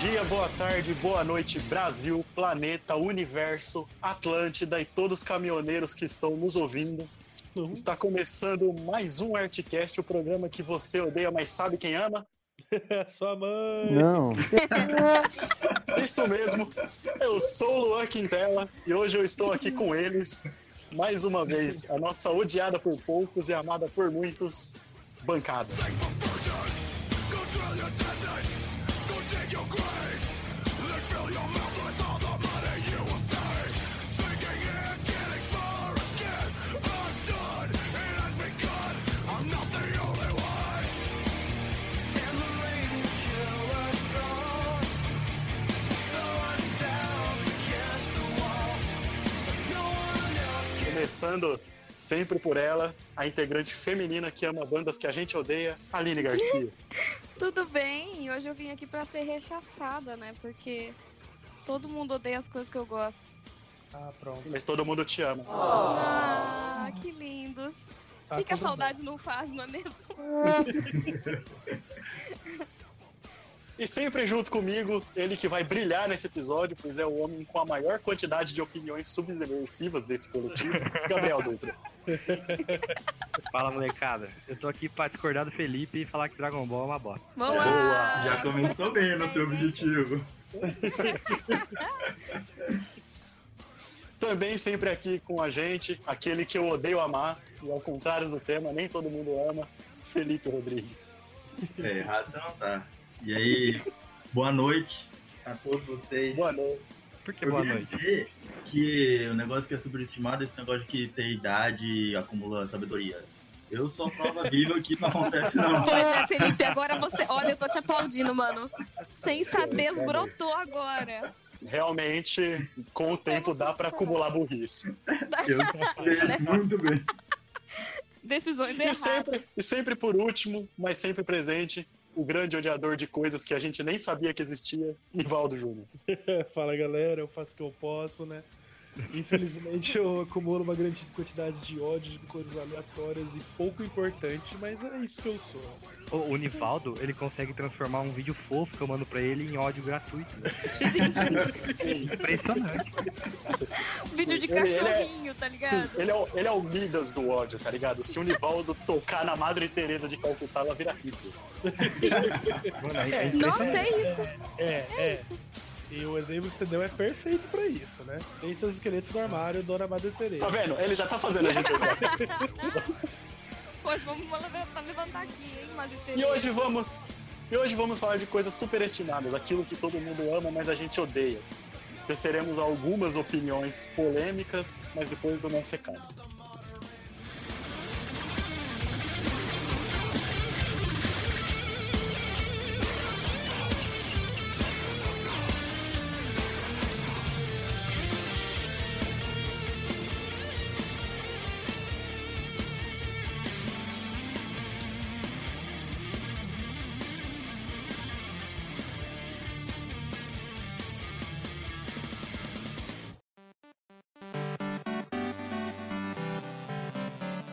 dia, boa tarde, boa noite, Brasil, planeta, universo, Atlântida e todos os caminhoneiros que estão nos ouvindo. Está começando mais um Artcast, o programa que você odeia, mas sabe quem ama? é Sua mãe! Não. Isso mesmo, eu sou o Luan Quintela e hoje eu estou aqui com eles, mais uma vez, a nossa odiada por poucos e amada por muitos, bancada. Começando sempre por ela, a integrante feminina que ama bandas que a gente odeia, Aline Garcia. Tudo bem, hoje eu vim aqui pra ser rechaçada, né? Porque todo mundo odeia as coisas que eu gosto. Ah, pronto. Mas todo mundo te ama. Ah, que lindos. O Ah, Tá que, que a tudo saudade não faz, não é mesmo? E sempre junto comigo, ele que vai brilhar nesse episódio, pois é o homem com a maior quantidade de opiniões subversivas desse coletivo, Gabriel Dutra. Fala molecada, eu tô aqui pra discordar do Felipe e falar que Dragon Ball é uma bosta. Vamos Boa! lá! Já começou bem no seu objetivo. Também sempre aqui com a gente, aquele que eu odeio amar, e ao contrário do tema, nem todo mundo ama, Felipe Rodrigues. É, errado você não tá. E aí, boa noite a todos vocês. Boa noite. Por que Eu boa queria noite? dizer que o negócio que é superestimado é esse negócio que ter idade acumula sabedoria. Eu sou a prova viva que isso não acontece, não. Pois é, Felipe, agora você. Olha, eu tô te aplaudindo, mano. Sensatez brotou agora. Realmente, com o tempo dá pra acumular burrice. Eu sei é muito bem. Decisões E erradas. sempre, e sempre por último, mas sempre presente, o grande odiador de coisas que a gente nem sabia que existia, Nivaldo Júnior. Fala galera, eu faço o que eu posso, né? Infelizmente eu acumulo uma grande quantidade de ódio de coisas aleatórias e pouco importante, mas é isso que eu sou. O, o Nivaldo, ele consegue transformar um vídeo fofo que eu mando pra ele em ódio gratuito. né? Sim. Impressionante. Vídeo de Ele- ele é- cachorrinho, tá Sim, ligado? ele é, o, ele é o Midas do ódio, tá ligado? Se o Nivaldo tocar na Madre Teresa de Calcutá, ela vira Hitler. é Mano, é, é Nossa, é isso. É, É é. isso. E o exemplo que você deu é perfeito pra isso, né? Tem seus esqueletos no armário, Dona Madre Tá Teresa. vendo? Ele já tá fazendo a gente odiar. Hoje vamos levantar- levantar aqui, hein, Madre E Teresa? hoje vamos. E hoje vamos falar de coisas superestimadas, aquilo que todo mundo ama, mas a gente odeia. Teceremos algumas opiniões polêmicas, mas depois do nosso recado.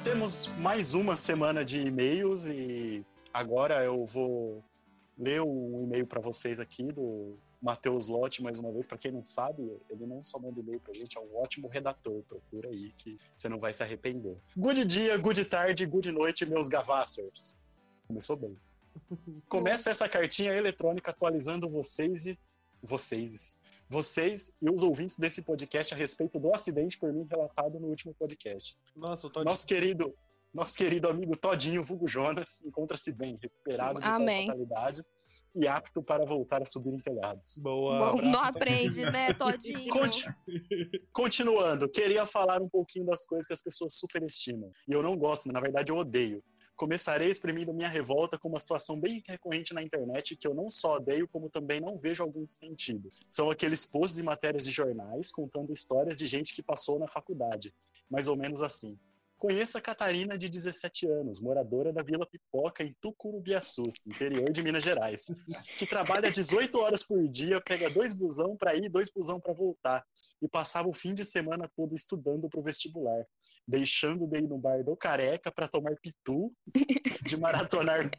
Temos mais uma semana de e-mails e agora eu vou ler um e-mail para vocês aqui do Matheus Lotti, mais uma vez, para quem não sabe, ele não só manda e-mail pra gente, é um ótimo redator, procura aí que você não vai se arrepender. Good dia, good tarde, good noite, meus gavassers. Começou bem. Começo essa cartinha eletrônica atualizando vocês e vocês, vocês e os ouvintes desse podcast a respeito do acidente por mim relatado no último podcast. Nossa, o Todd Nosso querido, nosso querido amigo Todinho Vulgo Jonas encontra-se bem, recuperado de Amém. tal fatalidade e apto para voltar a subir em telhados. Boa. Bom, abraço. não aprende, né, Todinho? Conti- Continuando, queria falar um pouquinho das coisas que as pessoas superestimam. E eu não gosto, mas na verdade eu odeio. Começarei exprimindo minha revolta com uma situação bem recorrente na internet que eu não só odeio, como também não vejo algum sentido. São aqueles posts e matérias de jornais contando histórias de gente que passou na faculdade. Mais ou menos assim. Conheça a Catarina, de 17 anos, moradora da Vila Pipoca, em Tucurubiaçu, interior de Minas Gerais, que trabalha 18 horas por dia, pega dois busão para ir e dois busão para voltar e passava o fim de semana todo estudando para o vestibular, deixando de ir no bar do Careca para tomar pitu, de maratonar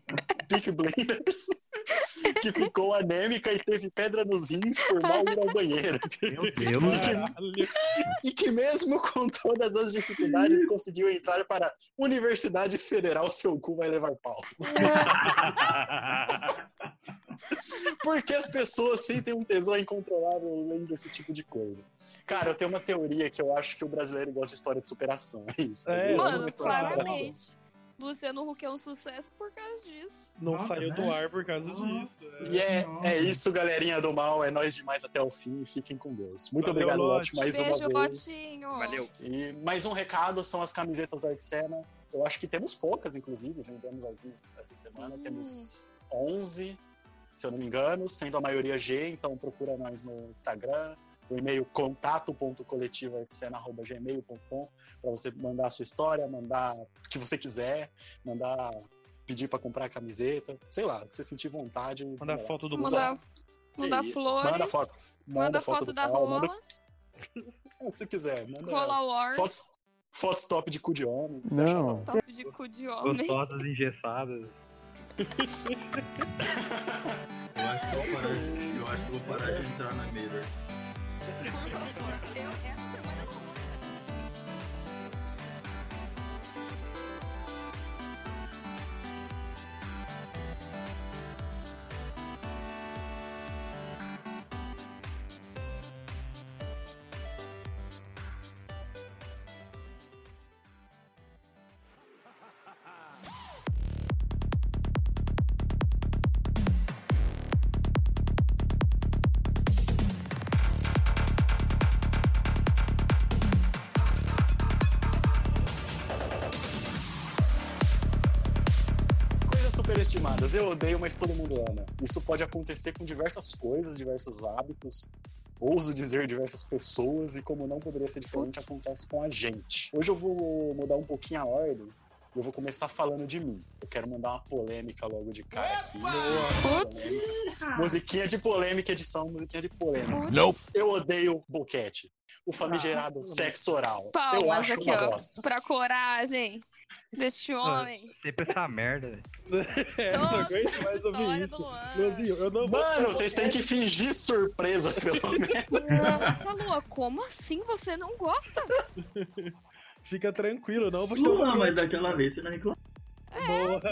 Peak Blinders que ficou anêmica e teve pedra nos rins por mal ir ao banheiro. Meu Deus. Caralho. E que mesmo com todas as dificuldades conseguiu entrar para a Universidade Federal, seu cu vai levar pau. Porque as pessoas sentem um tesão incontrolável além desse tipo de coisa. Cara, eu tenho uma teoria que eu acho que o brasileiro gosta de história de superação. É isso. É, Eu amo Mano, história de superação. claramente. Luciano Huck é um sucesso por causa disso. Não Nossa, saiu né? do ar por causa Nossa. disso. E é, Senhora. é isso, galerinha do mal. É nós demais até o fim. Fiquem com Deus. Muito Valeu, obrigado, Lote. Lote, mais Beijo, uma vez. Gotinho. Valeu. E mais um recado são as camisetas da Arxena. Eu acho que temos poucas, inclusive, vendemos algumas essa semana. Hum. Temos 11, se eu não me engano, sendo a maioria G, então procura nós no Instagram, o e-mail contato.coletivoartesana.gmail.com para você mandar a sua história, mandar o que você quiser, mandar pedir para comprar a camiseta, sei lá, o que você sentir vontade. né? Manda foto do Mandar, mandar Que isso. flores. Manda foto. Manda foto do da pau, rola. Manda o que- o que você quiser. Manda Rola Wars. Fotos, fotos top de cu de homem. que você achar Não. Top de cu de homem. Gostosas engessadas. Eu acho que eu vou parar de, eu acho que eu vou parar de entrar na Mirror. Por favor. Eu, essa semana eu não vou. Coisas superestimadas. Eu odeio, mas todo mundo ama. Isso pode acontecer com diversas coisas, diversos hábitos. Ouso dizer diversas pessoas, e como não poderia ser diferente, Putz. acontece com a gente. Hoje eu vou mudar um pouquinho a ordem. e Eu vou começar falando de mim. Eu quero mandar uma polêmica logo de cara aqui. Putz. Musiquinha de polêmica, edição, musiquinha de polêmica. Putz. Eu odeio boquete. O famigerado sexo oral. eu Ah, Palmas acho aqui, uma bosta. Ah. ó. Pra coragem deste homem. Sempre essa merda, velho. É, não Toda aguento essa mais ouvir história isso. do Luan. Luanzinho, eu não vou. Mano, vocês têm que fingir surpresa, pelo menos. Nossa, Lua, como assim você não gosta? Fica tranquilo, não vou te é Luan, mas daquela vez você não reclamou. É. Boa.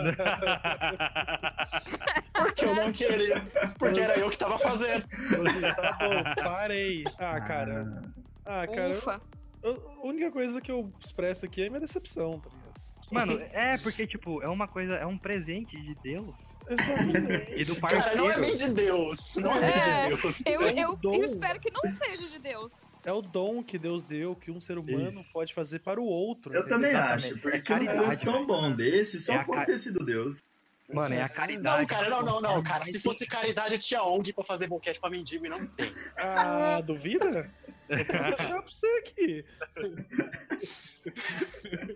Porque eu É. não queria. Porque era eu que tava fazendo. Luanzinho, tá bom, parei. Ah, cara. Ah, cara. Ufa. eu- A única coisa que eu expresso aqui é minha decepção, tá ligado? Mano, é porque, tipo, é uma coisa, é um presente de Deus Exatamente. e do Cara, parceiro. não é nem de Deus. Não é, É. nem de Deus. Eu, É um eu, dom. eu espero que não seja de Deus. É o dom que Deus deu, que um ser humano Isso. pode fazer para o outro. Eu também Exatamente. acho, É porque um caridade, Deus tão velho. bom desse só É a pode ca- ter sido Deus. Mano, é a caridade. Não, cara, não, não, não, cara. Se fosse caridade, eu tinha ONG pra fazer boquete pra mendigo e não tem. Ah, duvida? Vou deixar pra você aqui.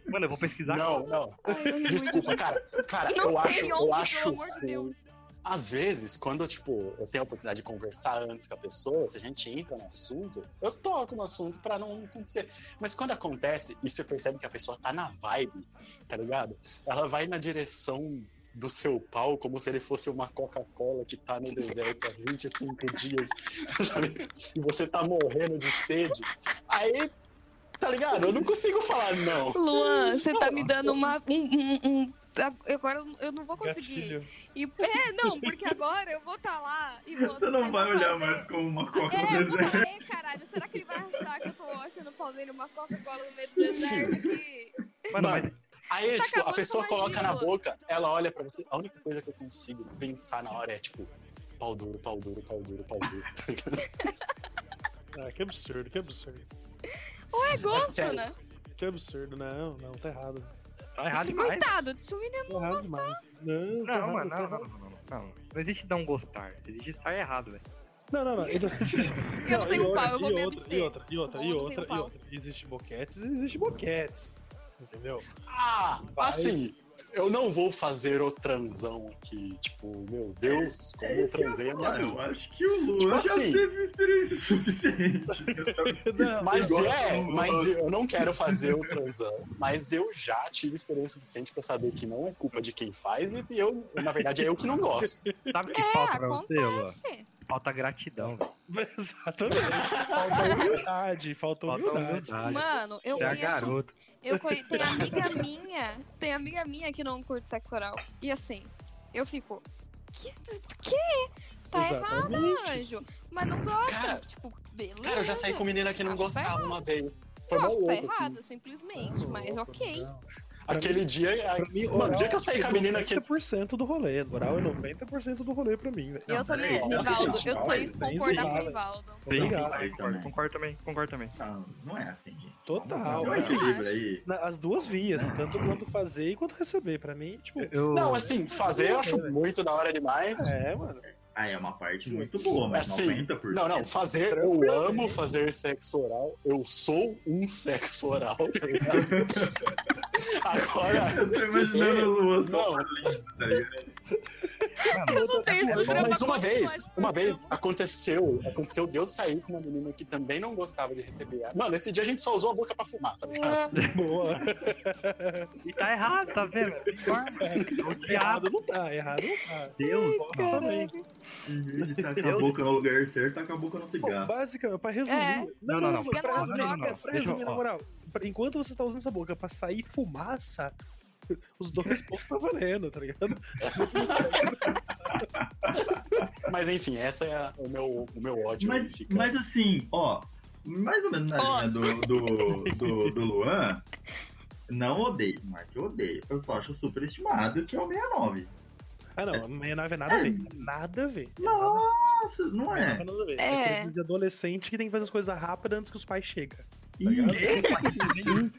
Mano, eu vou pesquisar. Não, não. Ai, eu ri Desculpa, muito. cara. Cara, Não eu acho, tem eu onde, acho. pelo amor de Deus. Às vezes, quando tipo, eu tenho a oportunidade de conversar antes com a pessoa, se a gente entra no assunto, eu toco no assunto pra não acontecer. Mas quando acontece e você percebe que a pessoa tá na vibe, tá ligado? Ela vai na direção do seu pau como se ele fosse uma Coca-Cola que tá no deserto há 25 dias tá ligado? e você tá morrendo de sede. Aí, tá ligado? Eu não consigo falar não. Luan, você tá me dando uma. Um, um, um- agora eu não vou conseguir. Gatilho. E, é, não, porque agora eu vou tá lá e vou. Você não eu vai vou olhar fazer- mais como uma coca É, eu do vou deserto. fazer, caralho. Será que ele vai achar que eu tô achando pau dele uma Coca-Cola no meio do deserto? Que... Mano, Mano, mas Aí, Tá tipo, acabando a pessoa com a coloca na língua. boca, ela olha pra você. A única coisa que eu consigo pensar na hora é, tipo, pau duro, pau duro, pau duro, pau duro. Ah, que absurdo, que absurdo. Ou é gosto, sério. né? Que absurdo. Não, não, tá errado. tá errado demais. Coitado, deixa o menino. Tá errado demais. Não, tá Não, errado, mano, tá não, não, errado. não, não, não. Não existe não gostar. Existe estar errado, velho. Não, não, não. Eu não, Eu não Não, e tenho outra, pau, eu vou e me outra, abster. E outra, e outra, Tá bom, e eu não outra, tenho e pau. outra. Existe boquetes e existe boquetes. Entendeu? Ah, Vai. assim, eu não vou fazer o transão aqui. Tipo, meu Deus, como eu É isso que eu ia transei a minha falar, vida. eu acho que o Luan Tipo já assim. teve experiência suficiente. Mas Eu gosto é, do- mas eu não quero fazer o transão, mas eu já tive experiência suficiente pra saber que não é culpa de quem faz e eu, na verdade, é eu que não gosto. Sabe o que É, falta pra você, Luan? acontece. Falta gratidão. velho. Exatamente. Falta humildade, falta Falta humildade. humildade. Mano, eu Você é a conheço garota. Eu conhe... Tem amiga minha, tem amiga minha que não curte sexo oral. E assim, eu fico. Que? Por quê? Tá errado, anjo. Mas não gosta. Cara, tipo, beleza. Cara, eu já saí com menina que não Acho que tá gostava uma vez. Foi Eu mal acho que tá louco, assim. errado, simplesmente. Mas ok. Aquele dia. a- Pra mim, Mano, o dia que eu saí com a menina é que. 90% do rolê. Oral é 90% do rolê pra mim, velho. Tá eu também. peraí, nossa, Rivaldo, gente, eu tô nossa, em bem concordar com o zoado. Rivaldo. Sim, sim, Obrigado. concordo, concordo também, concordo também. Não, não é assim, gente. Tá, Total. assim, Não é esse Eu livro acho. aí. Na- As duas vias, tanto quanto fazer quanto receber. Pra mim, tipo. Eu, Não, assim, fazer eu acho É. muito da hora demais. É, mano. Ah, é uma parte muito boa, mas Assim, 90%. Não, não, fazer, eu né? amo fazer sexo oral. Eu sou um sexo oral, tá ligado? Agora. Eu tô se- imaginando o Luan só Não, tá ligado? Eu não tenho estrutura mas pra uma continuar vez, esse uma programa. vez aconteceu, aconteceu de eu sair com uma menina que também não gostava de receber. Mano, esse dia a gente só usou a boca pra fumar, tá ligado? Boa. E tá errado, tá vendo? O diabo, errado não tá, errado não tá. Deus. Nossa, também. Em vez de tacar a boca no lugar certo, tacar a boca no Bom, cigarro. basicamente, pra resumir. É. Não, não, pra- não. Diga nas pra- não, não, não. drogas. Pra Deixa eu- resumir, na ó. moral, pra- enquanto você tá usando essa boca pra sair fumaça, os dois pontos tá valendo, tá ligado? Mas enfim, essa é a- o, meu, o meu ódio. aí Mas, fica. mas assim, ó, mais ou menos na Ó. linha do, do, do, do Luan, não odeio, mas que eu odeio. Eu só acho super estimado que é o 69. Ah, não, a meia nave é nada a ver. Nada a ver. Nossa, não Nada, Tá é? nada a ver. É. É coisa de adolescente que tem que fazer as coisas rápidas antes que os pais chegam. Tá Ih,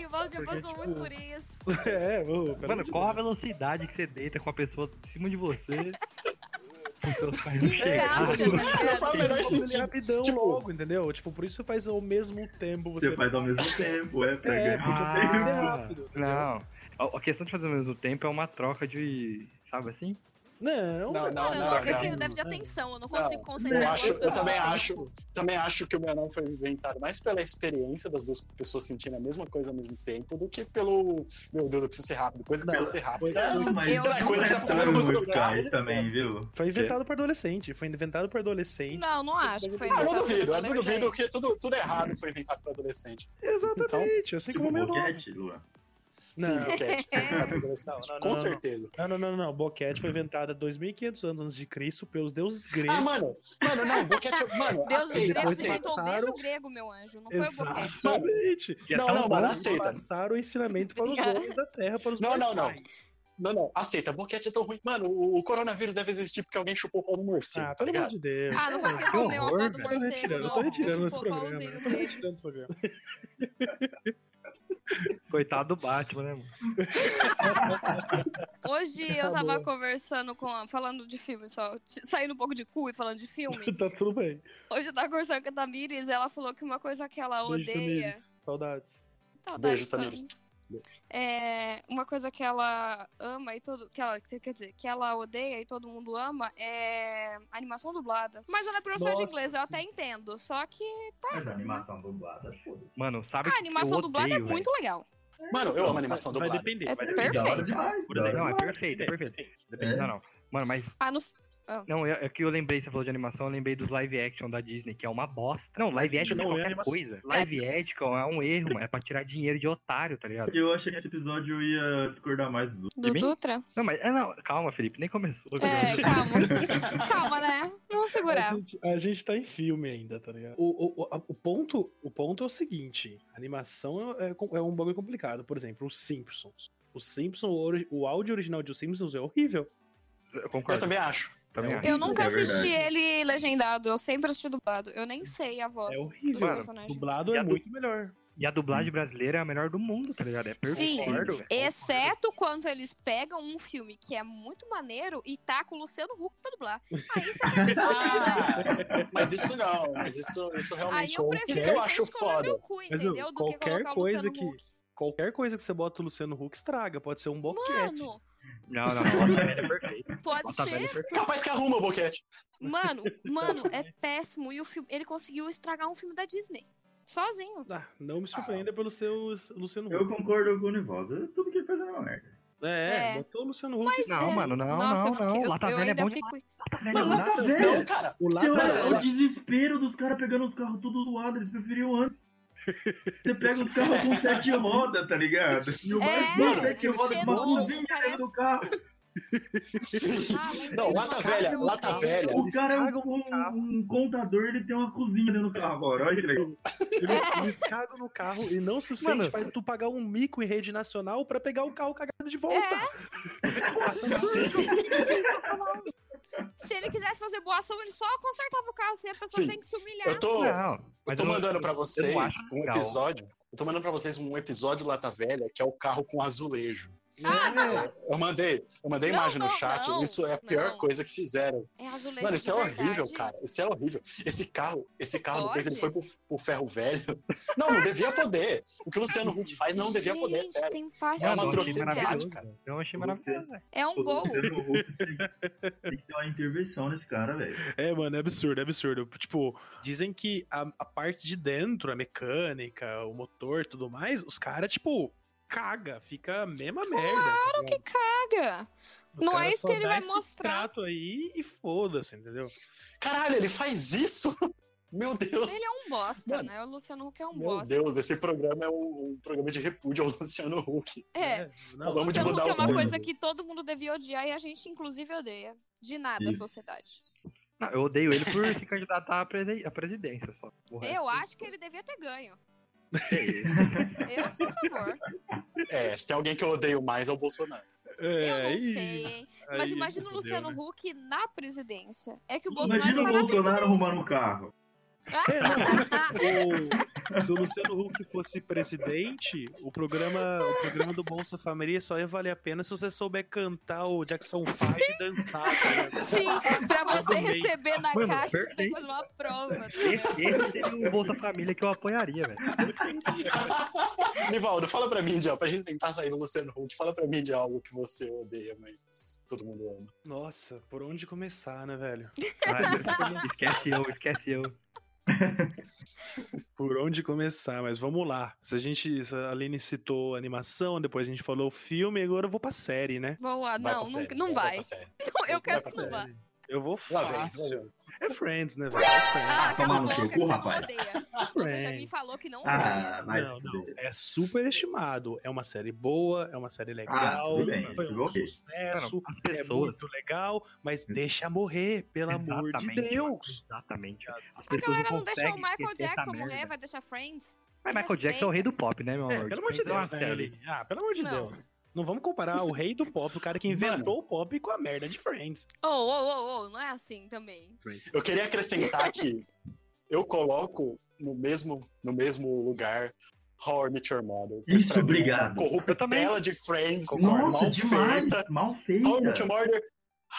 Rivaldo já Porque, passou tipo, muito por isso. É, ô, pelo amor Mano, de qual a Deus. velocidade que você deita com a pessoa em cima de você? com seus pais não Tipo assim, chegar. Caraca, Ah, Não mano. faz o menor Vamos fazer sentido. rapidão Tipo- logo, entendeu? Tipo, por isso você faz ao mesmo tempo. Você, Você faz ao mesmo tempo, é, pra É, ganhar. porque tem que ser Ah, rápido. entendeu? Não. A- A questão de fazer ao mesmo tempo é uma troca de. Sabe assim? Não, não, Não, Mano, eu, tô- não, eu não. tenho déficit de atenção, eu não consigo concentrar. Eu, em acho, duas eu coisas também ao mesmo acho, tempo. também acho que o meu não foi inventado mais pela experiência das duas pessoas sentindo a mesma coisa ao mesmo tempo do que pelo meu Deus, eu preciso ser rápido, coisa que Não, precisa ser rápida. Não, essa- mas Eu- será que coisa que eu- tá fazendo eu- muito eu- eficaz eu- também, viu? Foi inventado por adolescente. Foi inventado por adolescente. Não, não acho que foi. Ah, eu não inventado duvido, eu pelo não duvido adolescente. que tudo, tudo errado foi inventado para adolescente. Então, Exatamente, assim Tipo, como o meu nome. boquete, Luan. Sim, Não. boquete foi inventado pra Não, adolescente. não, não, Com não. certeza. Não, não, não, não. Boquete foi inventada 2.500 anos antes de Cristo pelos deuses Ah, gregos. mano, mano, não, boquete. é, Mano, aceita, Aceita, Deus grego Assim, depois aceita. inventou o beijo passaram- grego, meu anjo. Não foi o boquete. Exatamente. Que é Não, tão não, bom. mano, aceita. Passaram o ensinamento para os Obrigada. homens da terra, para os Não, não, não. mortais. Não, não, aceita. Boquete é tão ruim. Mano, o, o coronavírus deve existir porque alguém chupou o pau do morcego, Ah, tá pelo amor ligado? de Deus. Ah, não foi porque que comeu a horror, pau do velho. Eu tô morcego. retirando, eu não. tô retirando esse Desculpa, programa. pauzinho Eu tô dele. retirando esse programa. Coitado do Batman, né, mano? Hoje eu Tá tava bom. conversando com a, falando de filme só, t- saindo um pouco de cu e falando de filme. tá tudo bem. Hoje eu tava conversando com a Tamires e ela falou que uma coisa que ela Beijo, odeia. Tamires. Saudades. Saudades, Beijo, Tamires. É, uma coisa que ela ama e todo. Que ela, quer dizer, que ela odeia e todo mundo ama é animação dublada. Mas ela é professora de Nossa. inglês, eu até entendo. Só que Mas a animação dublada, é foda-se. Mano, sabe a que animação eu dublada é odeio, muito legal. Mano, eu amo animação Vai dublada. depender. É vai perfeito. depender. Da hora demais, velho. da hora Não, é demais. perfeito, é perfeito. É. Não, não. Mano, mas. Ah, não, Não, é é que eu lembrei, você falou de animação, eu lembrei dos live action da Disney, que é uma bosta. Não, live action Não é é qualquer animação. coisa. Live action é um erro, mano. É pra tirar dinheiro de otário, tá ligado? Eu achei que esse episódio eu ia discordar mais do do mim? Dutra? Não, mas. é, Não, calma, Felipe, nem começou. É, calma. calma, né? Vamos A segurar. gente, a gente tá em filme ainda, tá ligado? O, o, o, a- o ponto, o ponto é o seguinte: a animação é, é com- é um bagulho complicado. Por exemplo, os Simpsons. O Simpsons, o, ori- o áudio original de Os Simpsons é horrível. Eu Eu concordo. também acho. também Eu- acho. Eu Sim, nunca é assisti verdade. ele legendado, eu sempre assisti dublado. Eu nem sei a voz É dos horrível. Mano, personagens. Dublado E é a du- muito melhor. E a dublagem brasileira é a melhor do mundo, tá ligado? É perfeito. Sim, Concordo, velho. Exceto quando eles pegam um filme que é muito maneiro e tá com o Luciano Huck pra dublar. Aí você quer me fuder, né? Ah, mas isso não, mas isso, isso Aí realmente é eu um- prefiro isso que eu acho escolar foda. meu cu, Mas, meu, entendeu? Do que qualquer colocar o coisa Luciano que- Huck. Qualquer coisa que você bota o Luciano Huck estraga, pode ser um boquete. Mano, Não, não, não. Bota velha é perfeito. pode Tá Bota ser. velha é perfeito. Capaz que arruma o boquete. Mano, mano, é péssimo. E o filme, ele conseguiu estragar um filme da Disney. Sozinho. Ah, não me surpreenda pelo seu Luciano Eu Huck. concordo com o Nivaldo. Tudo que ele faz é uma merda. É, É. botou o Luciano Huck. Não, é, mano, não, Nossa, não, eu fiquei- não. eu- Lata eu velha é ainda bom fico. demais. Mas tá Lata lata velha. velha! Não, cara. O Você Lata olha é o Velha. desespero dos caras pegando os carros todos zoados, eles preferiam antes. Você pega os carros com sete rodas, tá ligado? E o mais É, bom, sete ele rodas com uma chegou, cozinha parece- dentro do carro. Sim. Ah, lembrei Não, de uma lata cara velha, que eu lata odeio. velha. O cara é Estragam um, o carro. um contador, ele tem uma cozinha dentro do carro agora. Olha que legal. Eles, eles cagam é no carro e não o suficiente Mano. faz tu pagar um mico em rede nacional pra pegar o carro cagado de volta. É. Sim. Se ele quisesse fazer boa ação, ele só consertava o carro. Assim, a pessoa Sim. tem que se humilhar. Eu tô, eu Não, mas tô eu não- mandando pra vocês acho um legal. episódio. Eu tô mandando pra vocês um episódio lata velha, que é o carro com azulejo. Eu mandei, eu mandei Ah, Não, imagem no não, chat. não, isso é a pior não. coisa que fizeram. É azulejo Mano, de isso é horrível, verdade. cara. Isso é horrível. Esse carro, esse carro, depois pode? ele foi pro, pro ferro velho. Não, não devia poder. O que o Luciano Huck faz não devia Gente, poder, sério. tem É uma Nossa, atrocidade, maravilhoso. cara. Eu achei maravilhoso, velho. É um gol. Luciano Huck Tem tem que ter uma intervenção nesse cara, velho. É, mano, é absurdo, é absurdo. Tipo, dizem que a, a parte de dentro, a mecânica, o motor tudo mais, os caras, tipo, caga, fica a mesma merda. Claro Que caga. não é isso que ele vai mostrar. Prato aí e foda-se, entendeu? Caralho, ele faz isso? Meu Deus. Ele é um bosta, Mano. né? O Luciano Huck é um Meu bosta. Deus, esse programa é um, um programa de repúdio ao Luciano Huck. É. não, Vamos Luciano mudar Huck é o uma nome. coisa que todo mundo devia odiar e a gente, inclusive, odeia. De nada a sociedade. Não, eu odeio ele por se candidatar à, presi- à presidência só. O resto- Eu acho que ele devia ter ganho. Eu sou a favor. É, se tem alguém que eu odeio mais é o Bolsonaro. É, eu não aí- sei, hein? Mas aí imagina o fudeu, Luciano né? Huck na presidência. É que o Bolsonaro Imagina o está na Bolsonaro presidência. arrumando o carro. É, não, o- se o Luciano Huck fosse presidente, o programa, o programa do Bolsa Família só ia valer a pena se você souber cantar o Jackson 5 e dançar. tá ligado? Sim, pra você Tudo bem. receber na Mano, caixa, você tem perfeito. que fazer uma prova. tá? Esse, esse seria um Bolsa Família que eu apoiaria, velho. Nivaldo, fala pra mim, Diel, pra gente tentar sair do Luciano Huck, fala pra mim de algo que você odeia, mas todo mundo ama. Nossa, por onde começar, né, velho? Ah, Esquece eu, esquece eu. Por onde começar, mas vamos lá. Se a gente. se A Aline citou animação, depois a gente falou filme, agora eu vou pra série, né? Vamos lá, Vai não, pra não, série, não vai. pra série. Não, eu quero pra que não série. vá. Eu vou Lá vem, lá fácil. vem. É Friends, né, velho? É Ah, Friends. tomar cala a no boca, seu que cu, você rapaz. não odeia. Você já me Friends. falou que não odeia. Ah, vai Não, se fuder. É super estimado. É uma série boa, é uma série legal. Ah, tudo bem, foi isso um ok. sucesso. Mano, as É pessoas. muito legal, mas Hum. deixa morrer, pelo amor de Exatamente, mano, Deus. Exatamente. As A pessoas galera não não deixa o conseguem Michael esquecer essa Jackson merda. morrer, vai deixar Friends? Mas Michael Jackson é o rei do pop, né, meu É, amor? pelo amor de Então, Deus, a né, série- Aline? Ah, pelo amor de Não. Deus. Não vamos comparar o rei do pop, o cara que inventou o pop, com a merda de Friends. Oh, oh, oh, oh, não é assim também. Eu queria acrescentar que eu coloco no mesmo, no mesmo lugar How I Met Your Mother. Pois Isso, pra mim, obrigado. Corrupta Eu também. tela de Friends. Nossa, mal demais. feita. Mal How I Met Your feita. Mother.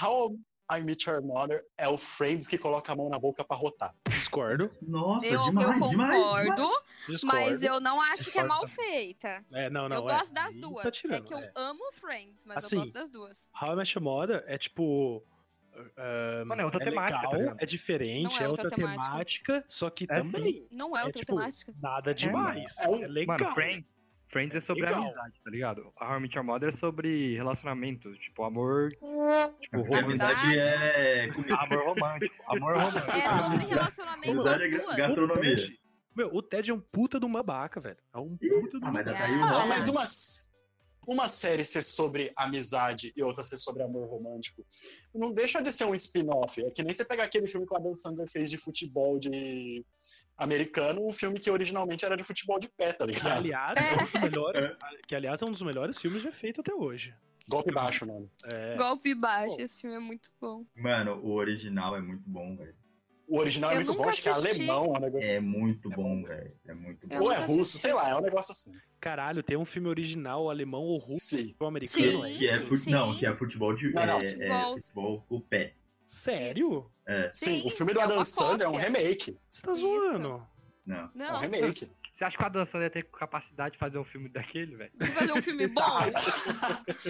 How I Met Your Mother é o Friends que coloca a mão na boca pra rotar. Discordo. Nossa, Eu- eu demais, demais. concordo. demais. Discordo. Mas eu não acho que é mal feita. É, não, não, eu é, gosto das aí duas. Tá tirando, é que eu é. amo Friends, mas Assim, eu gosto das duas. How I Met Your Mother é tipo. ah, Mano, é outra é temática, tá legal, ligado? é diferente, Não é é outra, outra temática. só que É, também Não é é, outra tipo, temática. nada demais. É É, um- legal. Mano, Friends, Friends é sobre Legal. amizade, tá ligado? A How I Met Your Mother é sobre relacionamento, tipo, amor, tipo, A romântico, amizade é comida. amor romântico, amor romântico. É sobre relacionamento das Amizade é gra- duas. gra- gastronomia. O Ted- Meu, o Ted é um puta de um babaca, velho. É um Ih, puta de Ah, um mas babaca. até aí o Ah, Ah, Robert- mas uma, uma série ser sobre amizade e outra ser sobre amor romântico não deixa de ser um spin-off. É que nem você pegar aquele filme que o Adam Sandler fez de futebol de americano, um filme que originalmente era de futebol de pé, tá Que, ligado? aliás, é um dos melhores, que, aliás, é um dos melhores filmes já feito até hoje. Golpe baixo, mano. É, Golpe baixo, esse filme é muito bom. Mano, o original é muito bom, velho. O original é Eu muito nunca bom, acho que é assisti. alemão, é um negócio É assim. muito É bom, bom. velho. É muito Eu bom. Ou é nunca russo, assisti. sei lá, é um negócio assim. caralho, tem um filme original alemão ou russo Sim. ou americano? Sim. é? Que é fut... sim. Não, que é futebol de. Não, não. É, é Futebol. futebol com o pé. Sério? É, Sim, Sim, o filme do é Adam uma Sandler é um cópia. remake. Você tá Isso. zoando? não. É um Não, remake. Você acha que o Adam Sandler tem capacidade de fazer um filme daquele, velho? Fazer um filme bom.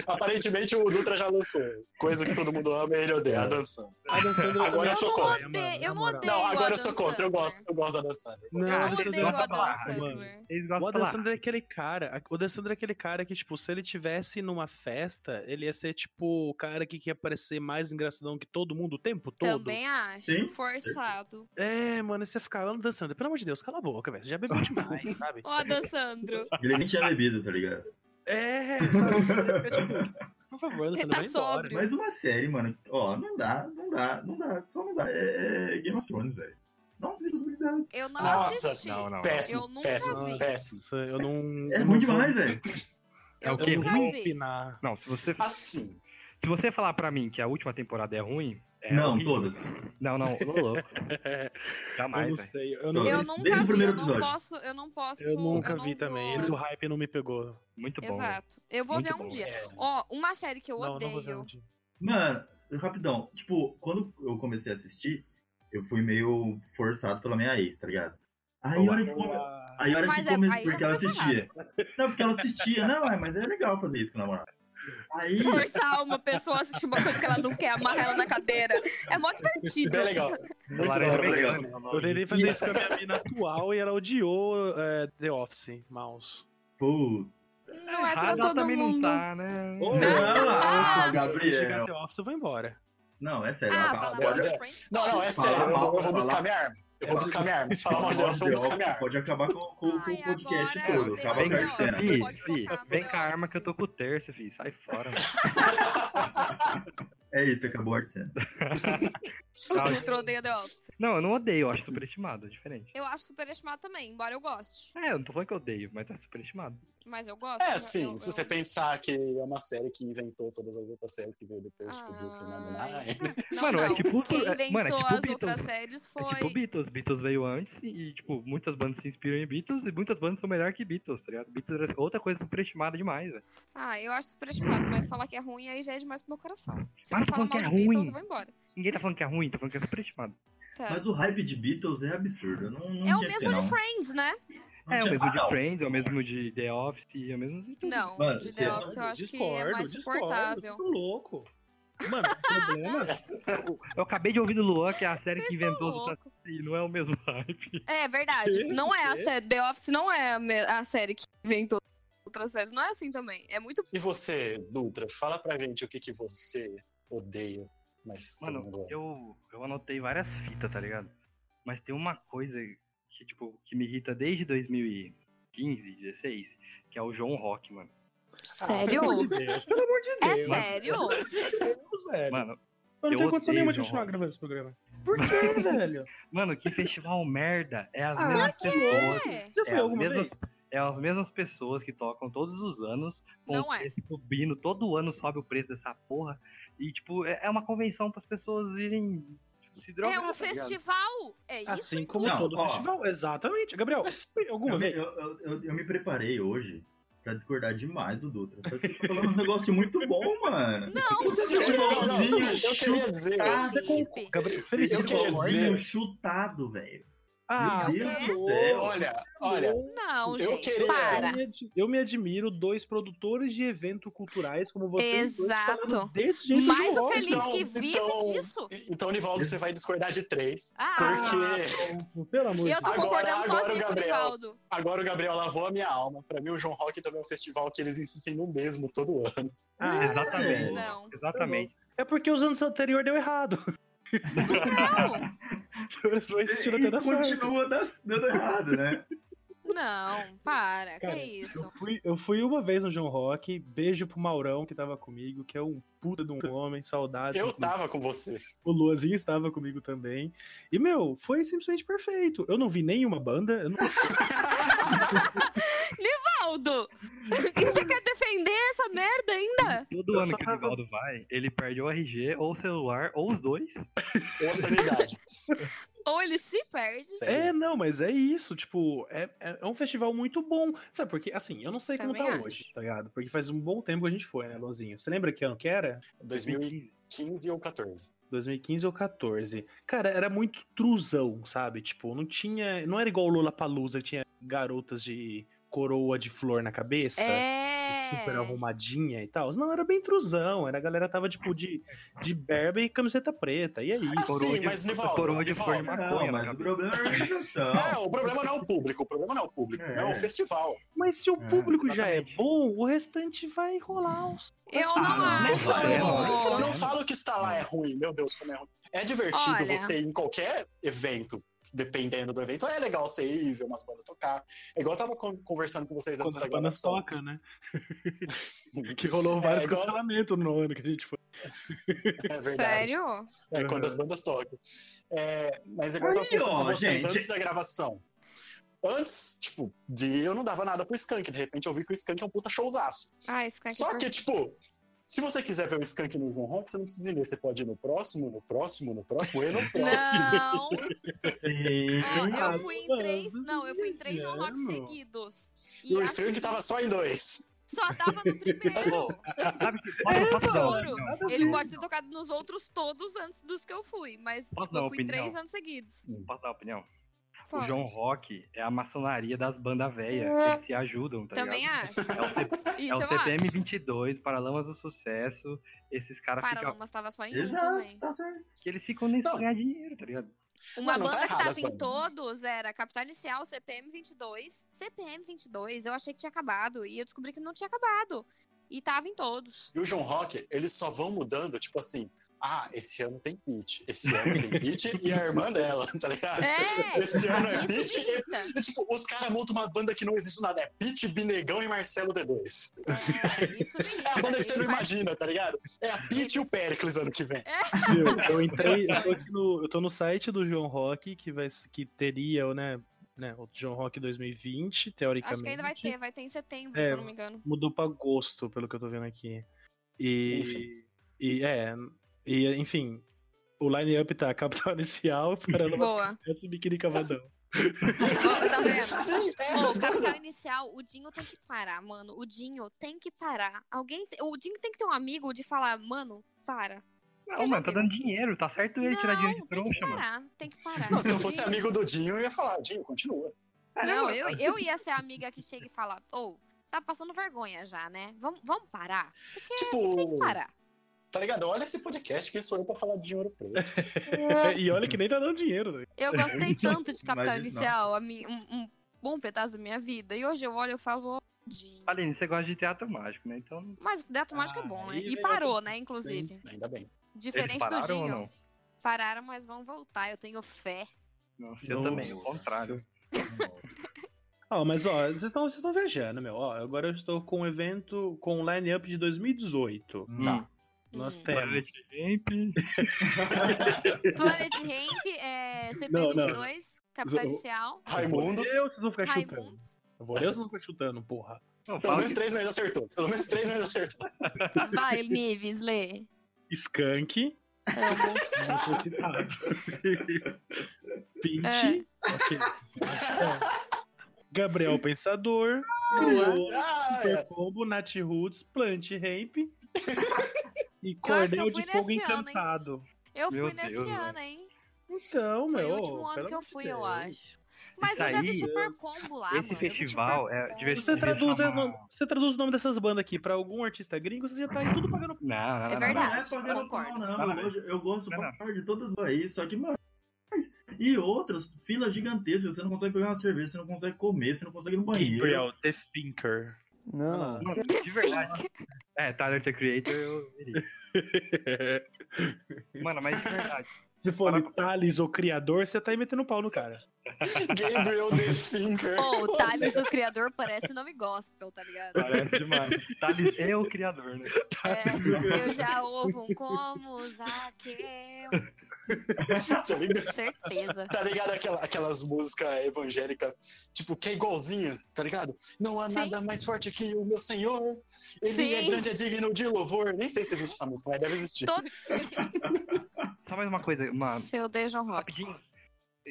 Aparentemente o Dutra já lançou. Coisa que todo mundo ama e ele odeia, a dançando. Adam Sandler- Agora eu eu, sou não contra, odeio, eu não mano, na moral. odeio. Não, o agora eu Adam sou contra, eu Sandler. gosto, eu gosto da Adam Sandler. Não, Eu Adam vocês odeio o Sandler gosta pra um Adam lá. Sandler. Eles um O gostam pra Adam lá. Sandler é aquele cara. O Adam Sandler é aquele cara que, tipo, se ele tivesse numa festa, ele ia ser, tipo, o cara que quer parecer mais engraçadão que todo mundo o tempo todo. Também acho. Sim. Forçado. É, mano, e você ficava Adam Sandler. Pelo amor de Deus, cala a boca, velho. Você já bebeu demais, sabe? Ó, Adam Sandro. Ele nem tinha bebido, tá ligado? É, sabe? Você fica, tipo, por favor, Adam Você Sandler, tá vai embora. sóbrio. Mas uma série, mano, ó, não dá, não dá, não dá, só não dá. É, é Game of Thrones, velho. Não tem possibilidade. Eu não Nossa, assisti. não, não. Eu Péssimo, nunca péssimo, vi. péssimo. Nossa, eu não. eu É ruim não vou- demais, velho. É Eu o quê? Eu não nunca vou vi. opinar. Não, se você, Assim, se você falar pra mim que a última temporada é ruim. É não, horrível. todas. Não, não, ô louco. eu não Jamais, velho. sei. Eu não, Eu Desde nunca o vi, primeiro eu não episódio. posso, eu não posso. eu nunca não vi vou- também. Esse é hype não me pegou. Muito bom. velho. Exato. Eu vou Muito ver um bom. dia. é, Ó, uma série que eu não, não vou ver odeio. um dia. Mano, rapidão, tipo, quando eu comecei a assistir, eu fui meio forçado pela minha ex, tá ligado? Aí a hora que, come... Boa. aí, a hora que Mas é- começou, aí já porque ela começou assistia. Não, porque ela assistia, não, é, mas é legal fazer isso com o namorado. Aí, Forçar uma pessoa a assistir uma coisa que ela não quer, amarrar ela na cadeira. É mó divertido. bem legal. Muito Laranja legal, vegana. mesmo. Eu tentei fazer E- isso com a minha mina atual e ela odiou é, The Office, mouse. pô, Não é pra Errado ela todo também mundo. não tá, né? não, lá, ô, Chegar Gabriel. The Office, eu vou embora. Não, é sério. Ah, ela falar vai lá, pode- mal olha- de Friends. Não, não, é Falar sério. Eu mal, vou, eu vou falar- buscar minha arma. Eu vou buscar minha arma. Se falar mal de Deus, eu vou buscar minha arma. Pode acabar com, com- com o podcast Ai, agora todo. eu Acaba Vem com tenho a cá, Office, cena. não fi, pode fi, focar no vem com a The arma Office. que eu tô com o terço, fi. Sai fora, mano. É isso, acabou a arte cena. O Dutra odeia The Office. Não, eu não odeio, eu acho superestimado, é diferente. Eu acho superestimado também, embora eu goste. É, eu não tô falando que eu odeio, mas é superestimado. Mas eu gosto. É, eu- sim. eu- Se eu- você pensar que é uma série que inventou todas as outras séries que veio depois, tipo, Brooklyn Ai. Nine-Nine. Não, Mano, é não. tipo- Quem é- inventou mano, é tipo as Beatles. outras séries foi. É tipo Beatles, Beatles veio antes e, tipo, muitas bandas se inspiram em Beatles e muitas bandas são melhor que Beatles, tá ligado? Beatles era outra coisa superestimada demais, velho. Ah, eu acho superestimado, mas falar que é ruim aí já é demais pro meu coração. Se Para for de falar falar que mal é de Beatles, ruim. eu vou embora. Ninguém tá falando que é ruim, tá falando que é superestimado. Tá. Mas o hype de Beatles é absurdo. eu Não, não É o tinha que mesmo ter, de não. Friends, né? Não É o tinha- mesmo Ah, de não. Friends, é o mesmo de The Office, é o mesmo de tudo. Não, Mano, de cê- é The Office eu acho que é mais suportável. Tô louco. Mano, o problema Eu acabei de ouvir do Luan que é a série que Vocês tão inventou as outras louco. séries, não é o mesmo hype. É verdade. Quê? Não é a Quê? série. The Office não é a me- a série que inventou outras séries. Não é assim também. É muito. E você, Dutra, fala pra gente o que, que você odeia, mas todo Mano, mundo ama. eu, eu anotei várias fitas, tá ligado? Mas tem uma coisa que, tipo, que me irrita desde 2015, 16, que é o João Rock, mano. Sério? Pelo amor de Deus, pelo amor de É Deus. sério? velho. Mano, eu não eu tenho condição odeio nenhuma de João continuar Rock. gravando esse programa. Por que, velho? mano, que festival merda. É as Ah, mesmas por quê? pessoas. É. Já É foi as, alguma mesmas, vez? é as mesmas pessoas que tocam todos os anos, com Não o é. preço subindo, todo ano sobe o preço dessa porra. E, tipo, é, é uma convenção pras pessoas irem tipo, se drogar. É tá um ligado? festival? É isso? Assim como Não, todo ó. festival. Exatamente. Gabriel, foi alguma Eu me, vez? eu, eu- eu- eu me preparei hoje pra discordar demais do Dutra. Só que ele tá falando uns negócios muito bons, mano. Não, Eu, não, não, não, Igualzinho, eu queria dizer, Felipe. Gabriel, Felipe, Eu queria você concorda? dizer- Igualzinho chutado, velho. Ah, Meu você Deus é do céu. louco. olha, olha, Não, Eu gente, queria- para. Eu me ad- Eu me admiro dois produtores de eventos culturais como vocês. dois Exato. falando Desse jeito Mais de o ódio. Felipe Então, que vive então- disso. então, Nivaldo, você vai discordar de três. Ah, Porque Pelo amor de eu tô Deus. Agora- concordando agora o sozinho com o Gabriel. Rivaldo. agora o Gabriel lavou a minha alma. Pra mim, o João Rock também é um festival que eles insistem no mesmo todo ano. Ah, Exatamente. Não. É, Exatamente. É porque os anos anteriores deu errado. Então, Não, Eles vão insistindo até E dar certo. continua das- dando errado, né? não, para. Cara, que isso? Eu fui, eu fui uma vez no João Rock, beijo pro Maurão que tava comigo, que é um puta de um homem, saudade. assim, Eu tava com você. O Luazinho estava comigo também. E, meu, foi simplesmente perfeito. Eu não vi nenhuma banda, eu não É. Rivaldo, você quer defender essa merda ainda? Todo Eu ano só que o tava- Divaldo vai, ele perde o RG, ou o celular, ou os dois. Ou a sanidade. Ou ele se perde. sério. É, não, mas é isso, tipo, é, é é um festival muito bom. Sabe, porque, assim, eu não sei como Também tá acho. hoje, tá ligado? Porque faz um bom tempo que a gente foi, né, Luanzinho? Você lembra que ano que era? 2015 ou 14. 2015 ou 14. Cara, era muito truzão, sabe? Tipo, não tinha. Não era igual o Lula Palusa que tinha garotas de coroa de flor na cabeça. É. Super arrumadinha e tal. Não, era bem intrusão. Era a galera tava, tipo, de, de berba e camiseta preta. E aí? Ah, Coroa sim, de- mas Nivaldo. coroa de Nivaldo, flor de maconha, Não, mas né? o problema é a organização. É, o problema não é o público, o problema não é o público, É. é, o festival. Mas se o É, público já é exatamente. bom, o restante vai rolar uns. Eu Ah, não é não acho. Eu vai, não. não, falo que estar lá é ruim, meu Deus, como é ruim. É divertido Olha. você ir em qualquer evento, dependendo do evento. É legal você ir ver umas bandas tocar. É igual eu tava con- conversando com vocês antes Quando da as bandas gravação. tocam, né? que rolou vários É, igual- cancelamentos no ano que a gente foi. É verdade. Sério? É, quando as bandas tocam. É, mas é igual eu tava Uhum. Aí, conversando ó, com vocês gente. antes da gravação. Antes, tipo, de eu não dava nada pro Skank. De repente eu vi que o Skank é um puta showzaço. Ah, esse cara aqui Só é que, tipo, se você quiser ver o Skank no João Rock, você não precisa ir nesse. Você pode ir no próximo, no próximo, no próximo e no próximo. Não, Sim. ó, Nada, É, eu fui em três. mano, Não, eu fui em três John Rock mano. seguidos. E o assim, Skank tava só em dois. Só tava no primeiro. Sabe que. Posso, posso dar um- uma Mano, opinião? Ele pode ter tocado nos outros todos antes dos que eu fui, mas Posso tipo, dar eu uma fui em três opinião? anos seguidos. Posso dar uma opinião? O Fala. João Rock é a maçonaria das bandas velhas. Eles se ajudam, tá Também um ligado? acho. É o, C- é Isso o eu acho. CPM 22, Paralamas do Sucesso. Esses caras ficam. Paralamas tava só em um Exato, também. tá certo. que Eles ficam nisso pra Não. ganhar dinheiro, tá ligado? Uma Não, não tá banda que errado tava as em bandas. todos era Capital Inicial, CPM 22. CPM 22, eu achei que tinha acabado. E eu descobri que não tinha acabado. E tava em todos. E o João Rock, eles só vão mudando, tipo assim. Ah, esse ano tem Pete. Esse ano tem Pete e a irmã dela, tá ligado? É! Esse ano é Isso Pete me e. irrita. e, Tipo, os caras montam uma banda que não existe nada. É Pete, Binegão e Marcelo D2. É, isso me irrita. É a banda que Ele você não faz- imagina, tá ligado? É a Pete e o Pericles ano que vem. Viu? Eu entrei, eu tô, aqui no, eu tô no site do João Rock, que, vai, s- que teria, né, né, o João Rock 2020, teoricamente. Acho que ainda vai ter, vai ter em setembro, É. se eu não me engano. Mudou pra agosto, pelo que eu tô vendo aqui. Enfim. E, e é, e, enfim, o line-up tá Capital Inicial, Paralamas Boa. do Sucesso e Biquíni Cavadão. Ó, tá vendo? Sim, é, Ô, essas bandas. capital inicial, o Dinho tem que parar, mano. O Dinho tem que parar. Alguém, te- o Dinho tem que ter um amigo de falar, mano, para. Não, já mano, tá viu. dando dinheiro, tá certo ele tirar dinheiro de não, tem que trouxa, mano. parar, tem que parar. Não, se eu O fosse Dinho- amigo do Dinho, eu ia falar, Dinho, continua. Não, eu, eu ia ser a amiga que chega e fala, ô, tá passando vergonha já, né? Vamos, vamos parar? Porque tem é? que Tipo, parar. tá ligado? Olha esse podcast que sou eu pra falar de dinheiro preto. E olha que nem tá dando dinheiro, né? Eu gostei tanto de Capital Mas, Inicial, a mi- um, um bom pedaço da minha vida. E hoje eu olho e falo, ô, Dinho. Aline, você gosta de teatro mágico, né? Então. Mas o Death Mágico é Ah, bom, né? aí E melhor parou, né, inclusive. Ainda bem. Eles Diferente do pararam ou Dinho. não? Pararam, mas vão voltar, eu tenho fé. Não, sei, eu também, o contrário. Ó, mas ó, vocês estão vocês estão viajando, meu. Ó, agora eu estou com um evento com um line-up de 2018. Tá. Nós Hum. temos. Planet Ramp. Planet Ramp, é, Não, não. CP22, Capital Eu- Inicial, Raimundos. Eu, vocês vão ficar chutando. Raimundos. Eu vou eu, vocês vão ficar chutando, porra. Não, Pelo tá fala menos que três vezes acertou. Pelo menos três vezes acertou. Vai, Nives, lê. Skunk. Amo. Não foi citado. Pint. É. ok. Nossa. Gabriel Pensador. Criolo, Ah, Super é. Combo, Nat Roots, Plant Ramp. E Eu acho que Cordel eu fui de Fogo nesse ano, hein? Encantado. Eu Meu fui nesse Deus, né? ano, hein? Então, Foi meu. o último pelo ano que eu amor de fui, eu Deus. acho. Mas eu Isso já vi aí, Super Combo lá, esse mano. eu vi festival Super é Combo. divertido. Você traduz, é, chamar- o nome- você traduz o nome dessas bandas aqui pra algum artista gringo, você já tá aí tudo pagando. Não, não, É não, não, Não verdade. é pagando Concordo. pau, não. Não, não. Eu, eu gosto Não, pra não. caralho de todas as Bahias, só que, mano. E outras, filas gigantescas, você não consegue pegar uma cerveja, você não consegue comer, você não consegue ir no banheiro. Gabriel The Thinker. Não. Não, de verdade. É, Tyler the Creator eu iria. Mano, mas de verdade. Se for o Thales ou criador, você tá aí metendo pau no cara. Gabriel The Thinker. Pô, o Thales, o criador, parece nome gospel, tá ligado? Parece demais. Thales é o criador, né? É, eu já ouvo um como Zaqueu. Tá ligado? Certeza. Tá ligado aquela- aquelas músicas evangélicas, tipo, que é igualzinhas, tá ligado? Não há Sim. nada mais forte que o meu Senhor. Ele é Sim. grande, é digno de louvor. Nem sei se existe essa música, mas deve existir. Todo Só mais uma coisa, mano. seu Dejon Rock. Rapidinho.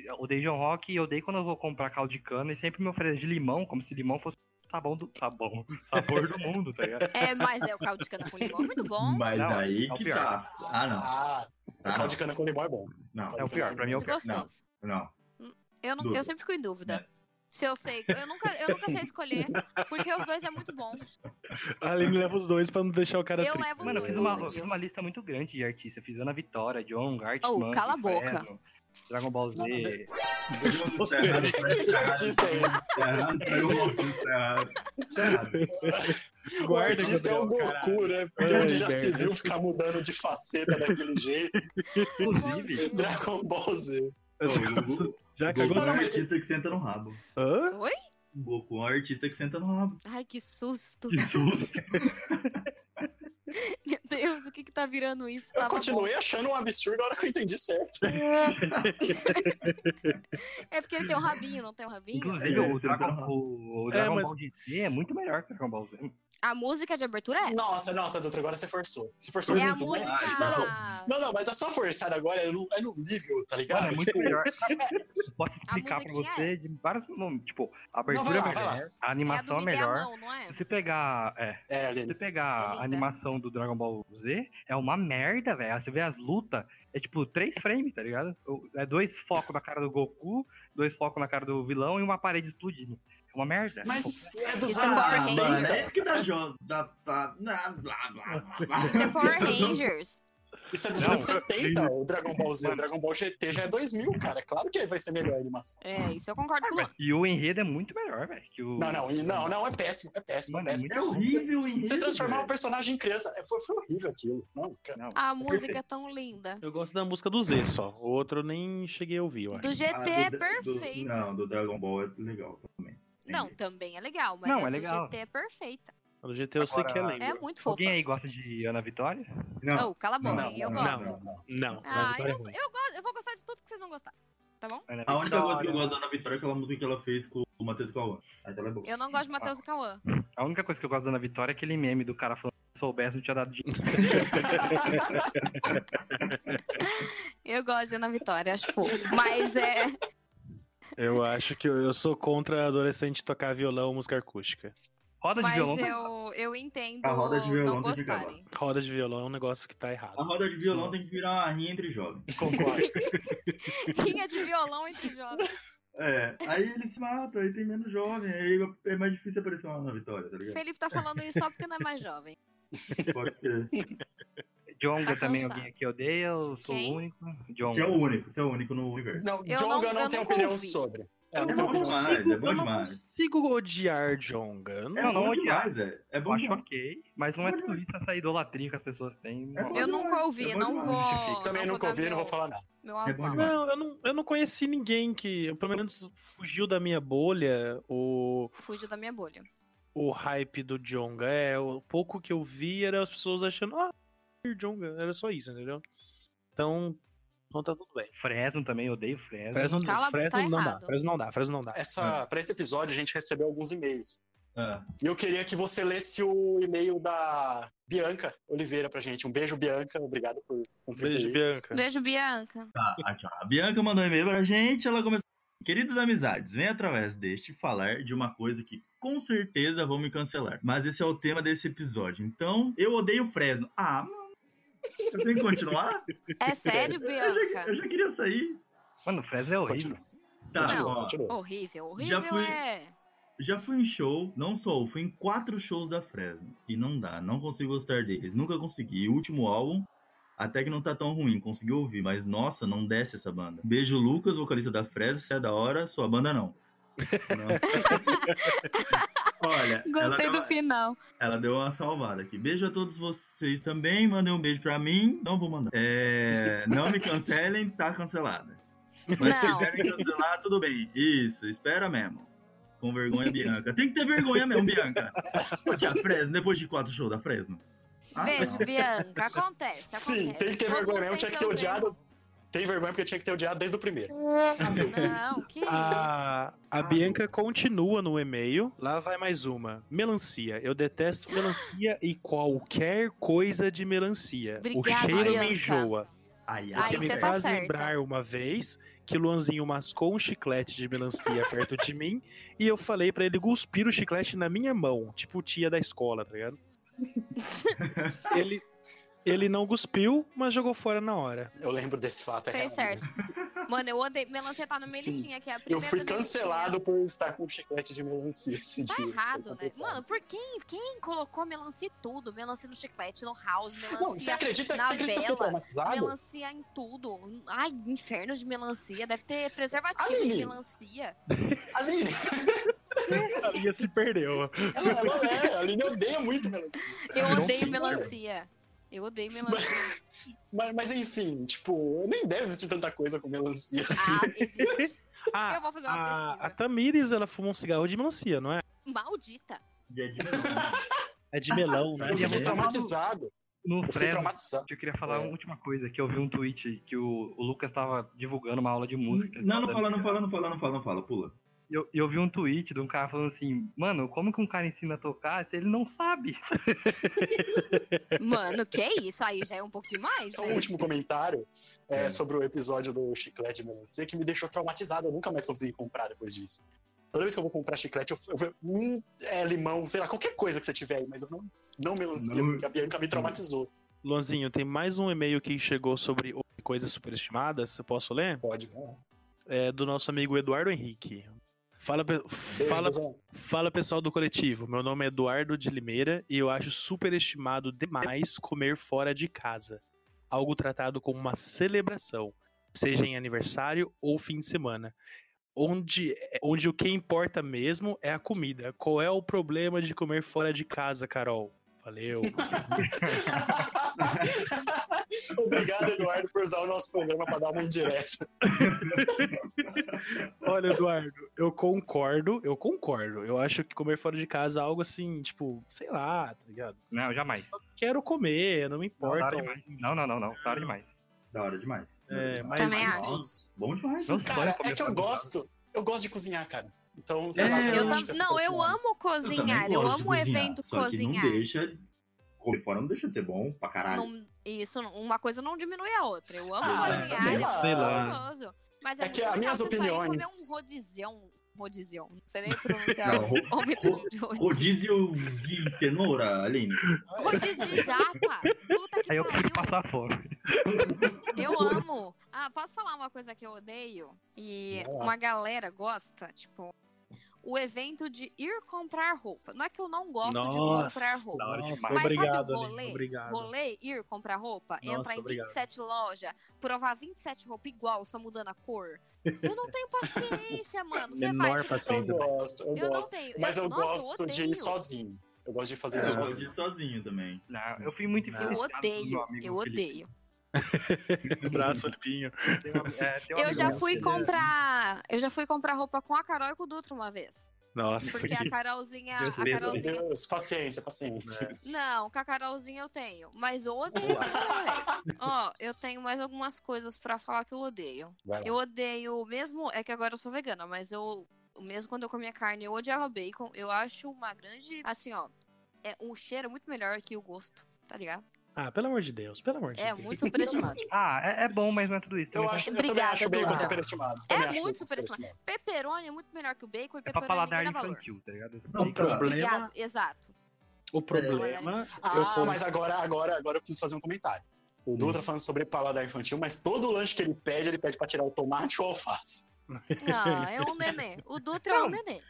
Eu odeio John Rock e eu odeio quando eu vou comprar caldo de cana e sempre me oferece de limão, como se limão fosse o sabão do sabão, sabor do mundo, tá ligado? É, mas é o caldo de cana com limão, é muito bom. Mas Não, aí é o que pior. tá. Ah, não. Ah, Ah, caldo de cana com limão é bom. não. É o pior, pra mim é o Muito pior. gostoso. Não, Eu, não, eu Dúvida. Né? sempre fico em dúvida. Se eu sei. Eu nunca, eu nunca sei escolher, porque os dois é muito bom. A Aline leva os dois pra não deixar o cara Eu triste. levo os Mano, eu fiz, dois, uma, eu conseguiu. fiz uma lista muito grande de artistas. Eu fiz Ana Vitória, John, Gart, Oh, Monkeys, cala a boca. Fresno, Dragon Ball Z. Você- Tá errado, tá Que errado, artista é esse? tá errado, tá errado, tá errado. Tá errado. O artista é o Gabriel, Goku, caralho. né? Porque Ai, onde já se merda. viu ficar mudando de faceta daquele jeito? Inclusive, Dragon Ball Z. Essa Ô, coisa- Goku- Já Goku cagou é um na minha- artista que senta no rabo. Hã? Oi? Goku é um artista que senta no rabo. Ai, que susto. que susto. Meu Deus, o que que tá virando isso? Eu Tava continuei achando um absurdo a hora que eu entendi certo. bom. É porque ele tem um rabinho, não tem um rabinho? Inclusive, É, o você Dragon, tá- o, o É, Dragon mas- Ball GT é muito melhor que o Dragon Ball Z. A música de abertura é. Nossa, nossa, Dutra, agora você forçou. Você forçou É a muito, né? música. Não, não, mas a sua forçada agora é no, é no nível, tá ligado? Cara, é muito Tipo, melhor. Posso explicar pra musiquinha você é. de vários nomes. Tipo, a abertura Não, vai lá, é melhor, vai a animação é é, a do Miguel melhor. Mão, não é? Se você pegar. É, É, se Aline. você pegar linda. a animação do Dragon Ball Z, é uma merda, velho. Você vê as lutas, é tipo três frames, tá ligado? O- É dois focos na cara do Goku, dois focos na cara do vilão e uma parede explodindo. É uma merda. Mas é dos Isso é anos Power 70. Rangers. Ah, mano, é isso que dá jogo. Dá, dá, blá, blá, blá, blá. Isso é Power Rangers. Isso é dos Não, anos Power 70, o Dragon Ball Z. O Dragon Ball GT já é 2000, cara. Claro que vai ser melhor a animação. É, isso eu concordo com o Luan. E o enredo é muito melhor, velho. que o- Não, não, e não, não, é péssimo, é péssimo, Mano, é é péssimo. É horrível, Você, você horrível, transformar velho. um personagem em criança, é, foi, foi horrível aquilo. Não, cara. Não. A música é tão linda. Eu gosto da música do Z só. O outro eu nem cheguei a ouvir, eu acho. Do GT Ah, é do- do- perfeito. Não, do Dragon Ball é legal também. Sim. Não, também é legal, mas Não, a é do legal. GT é perfeita. A do GT eu sei que é Agora- lenda. É muito fofa. Alguém aí gosta de Ana Vitória? Não, Oh, cala a boca, não, eu não, gosto. não, não. Não, Ah, na eu, vitória é não ruim. sei, eu gosto, eu vou gostar de tudo que vocês não gostar, tá bom? Ana A única coisa que Vitória. eu gosto da Ana Vitória é aquela música que ela fez com o Matheus Cauã. Aquela é boa. Eu não gosto de Matheus e Cauã. A única coisa que eu gosto da Ana Vitória é aquele meme do cara falando se soubesse, não tinha dado dinheiro. Eu gosto de Ana Vitória, acho fofo. Mas é. Eu acho que eu, eu sou contra adolescente tocar violão ou música acústica. Roda de Mas violão. tá- eu, eu entendo A roda de violão não tem que acabar. gostarem. Roda de violão é um negócio que tá A errado. roda de violão tem que virar uma rinha entre jovens. Concordo. Quem é de violão entre jovens? É, aí eles se matam, aí tem menos jovem, aí é mais difícil aparecer uma Ana Vitória, tá ligado? Felipe tá falando isso só porque não é mais jovem. Pode ser. Jonga Tá também, é cansado. alguém aqui odeia, eu sou Quem? o único. Jonga. Você é o único, você é o único no universo. Não, Eu Jonga não- eu não eu tenho nunca opinião ouvi. sobre. Eu É não bom demais, consigo, é bom eu não demais. consigo odiar Jonga. Eu É não- Não, não bom odiar. demais, velho. É Eu bom acho demais. ok, mas não é tudo isso essa idolatria que as pessoas têm. É bom Eu demais, nunca ouvi, é bom não demais. vou. Também não nunca vou ouvi, dar não vou meu, falar nada. Meu É bom aval. demais. Não, eu não, eu não conheci ninguém que, pelo menos, fugiu da minha bolha. O, Fugiu da minha bolha. o hype do Jonga. É, o pouco que eu vi era as pessoas achando, ah, Jonga. Era só isso, entendeu? Então, então tá tudo bem. Fresno também, odeio Fresno. Fresno, Cala- Fresno tá não dá, errado. Fresno não dá, Fresno não dá. Essa, pra esse episódio, a gente recebeu alguns e-mails. Ah, E eu queria que você lesse o e-mail da Bianca Oliveira pra gente. Um beijo, Bianca. Obrigado por contribuir. Beijo, Bianca. Beijo, Bianca. tá, aqui, ó. A Bianca mandou um e-mail pra gente, ela começou. assim, Queridos amizades, venho através deste falar de uma coisa que com certeza vão me cancelar. Mas esse é o tema desse episódio. Então, eu odeio Fresno. Ah, mano. Eu tenho que continuar? É sério, Eu já, eu Bianca? já queria sair. Mano, Fresno é horrível. Continua, Tá, Não. continua, ó. continua. Horrível, horrível fui- é. Já fui em show, não só, fui em quatro shows da Fresno. E não dá, não consigo gostar deles. Nunca consegui. O último álbum, até que não tá tão ruim, consegui ouvir, mas nossa, não desce essa banda. Beijo, Lucas, vocalista da Fresno, você é da hora, sua banda não. Nossa. Olha, ela Gostei deu, do final. ela deu uma salvada aqui. Beijo a todos vocês também. Mandem um beijo pra mim. Não vou mandar. É, não me cancelem, tá cancelada. Mas se Não. quiserem cancelar, tudo bem. Isso, espera mesmo. Com vergonha, Bianca. Tem que ter vergonha mesmo, Bianca. Porque a Fresno, depois de quatro shows da Fresno. Ah, Beijo, não. Bianca. Acontece, acontece. Sim, tem que ter Todo vergonha mundo mesmo. tem Tinha que ter seus odiado. erros. Tem vergonha porque tinha que ter odiado desde o primeiro. Não, que Ah, isso. A, a Bianca continua no e-mail. Lá vai mais uma. Melancia. Eu detesto melancia e qualquer coisa de melancia. Obrigada, o cheiro Bianca. me enjoa. Ai, Aí Porque ai, me você ai. tá faz certa. lembrar uma vez que o Luanzinho mascou um chiclete de melancia perto de mim e eu falei pra ele cuspir o chiclete na minha mão, tipo tia da escola, tá ligado? ele, ele não cuspiu, mas jogou fora na hora. Eu lembro desse fato. É Fez real certo. mesmo. Mano, eu andei. Melancia tá na minha Sim. listinha aqui. é A Eu primeira fui da minha listinha. cancelado por estar com chiclete de melancia esse Tá dia. errado, Foi né? complicado. Mano, por quem? Quem colocou melancia em tudo? Melancia no chiclete, no house, Não, é você melancia. acredita que na você acredita que eu fui vela, traumatizado? melancia em tudo. Ai, inferno de melancia. Deve ter preservativo de Aline. melancia. Aline, A Lia se perdeu. ela, ela é, a Aline odeia muito melancia. Eu Não odeio tem, melancia. Eu odeio melancia. Mas, mas enfim, tipo, nem deve existir tanta coisa com melancia assim. Ah, existe. Ah, Eu vou fazer uma a, a pesquisa. Tamires, ela fuma um cigarro de melancia, não é? Maldita. Já de novo. É de melão, né? eu Minha fiquei mãe- traumatizado. No Eu fiquei Fresno, traumatizado. eu queria falar É. uma última coisa, que eu vi um tweet que o, o Lucas tava divulgando uma aula de música. que ele Não, não tava fala, dando, não cara. fala, não fala, não fala, não fala, pula. E eu, e eu vi um tweet de um cara falando assim, mano, como que um cara ensina a tocar se ele não sabe? Mano, que isso? Aí já é um pouco demais, Só um né? último comentário é, É. sobre o episódio do chiclete de melancia que me deixou traumatizado. Eu nunca mais consegui comprar depois disso. Toda vez que eu vou comprar chiclete, eu, eu vou- hum, é, limão, sei lá, qualquer coisa que você tiver aí, mas eu não, não melancia, Não. porque a Bianca me traumatizou. Luanzinho, tem mais um e-mail que chegou sobre coisas superestimadas, eu posso ler? Pode, né? É do nosso amigo Eduardo Henrique. Fala, pe- Beijo, fala, Zé. fala pessoal do coletivo, meu nome é Eduardo de Limeira e eu acho superestimado demais comer fora de casa. Algo tratado como uma celebração, seja em aniversário ou fim de semana. Onde, onde o que importa mesmo é a comida. Qual é o problema de comer fora de casa, Carol? Valeu. Obrigado, Eduardo, por usar o nosso programa pra dar uma indireta. Olha, Eduardo, eu concordo, eu concordo. Eu acho que comer fora de casa é algo assim, tipo, sei lá, tá ligado? Não, jamais. Quero comer, não me Não, da importa. hora demais. Não, não, não, não. Da hora demais. Da hora demais. É, mas- Também acho. Nossa, bom demais. Meu sonho Cara, é comer que eu fora de casa. gosto. Eu gosto de cozinhar, cara. Então, É, sei lá, pra mim, Eu acho que tam- é Não, eu superestimado. amo cozinhar. também Eu, gosto de amo o evento só cozinhar. Que não deixa. Comer fora não deixa de ser bom pra caralho. Não- isso, uma coisa não diminui a outra. Eu amo Ah, cozinhar, sei eu lá. Sei lá. amo gostoso. Mas é, É que muito as minhas legal você sair e comer opiniões- um rodizião. Rodizião, não sei nem pronunciar. Não, ro- Homem ro- de hoje. Rodízio de cenoura, Aline. Rodízio de japa. Puta que Aí eu pariu. prefiro passar fome. Eu amo. Ah, posso falar uma coisa que eu odeio? E Vai lá. uma galera gosta, tipo, o evento de ir comprar roupa. Não é que eu não gosto de comprar Nossa, roupa. da hora Mas demais. sabe o obrigado, rolê? Aline, obrigado. Rolê, ir comprar roupa, Nossa, entrar em obrigado. 27 lojas, provar 27 roupas igual, só mudando a cor. Eu não tenho paciência, mano. Você vai. Menor você- paciência. Eu gosto, eu, Eu gosto. não tenho. Mas eu nossa, gosto de odeio. ir sozinho. Eu gosto de É. fazer Eu isso gosto de sozinho. ir sozinho também. Não, eu fui muito Eu Eu influenciado pelo meu odeio, amigo eu Felipe. odeio. Um Abraço, Lipinho. Tem um ami- é, tem um Eu amigo já meu fui que ele é- comprar. Eu já fui comprar roupa com a Carol e com o Dutra uma vez. Nossa, Porque que... a Carolzinha. Deus A me livre. Carolzinha. Deus, paciência, paciência. É. Não, com a Carolzinha eu tenho. Mas eu odeio esse rolê. Ó, eu tenho mais algumas coisas pra falar que eu odeio. Vai lá. Eu odeio mesmo. É que agora eu sou vegana, mas eu. Mesmo quando eu comia carne, eu odiava bacon. Eu acho uma grande. Assim, ó. É, o cheiro é muito melhor que o gosto, tá ligado? Ah, pelo amor de Deus, pelo amor de É Deus. muito superestimado. Ah, é, é bom, mas não é tudo isso. Então, Eu, Também acho, eu também Obrigada, acho o bacon Duda. superestimado. É Também acho o muito bacon superestimado. Pepperoni é muito melhor que o bacon e É pra pepperoni paladar ninguém dá valor. infantil, tá ligado? Não, Tem que- pra- problema- Obrigado, exato. O é. problema. eu Ah, como- mas agora, agora, agora eu preciso fazer um comentário. Hum. O Dutra falando sobre paladar infantil, mas todo lanche que ele pede, ele pede pra tirar o tomate ou o alface. Não, é um nenê. O Dutra é um Não. nenê.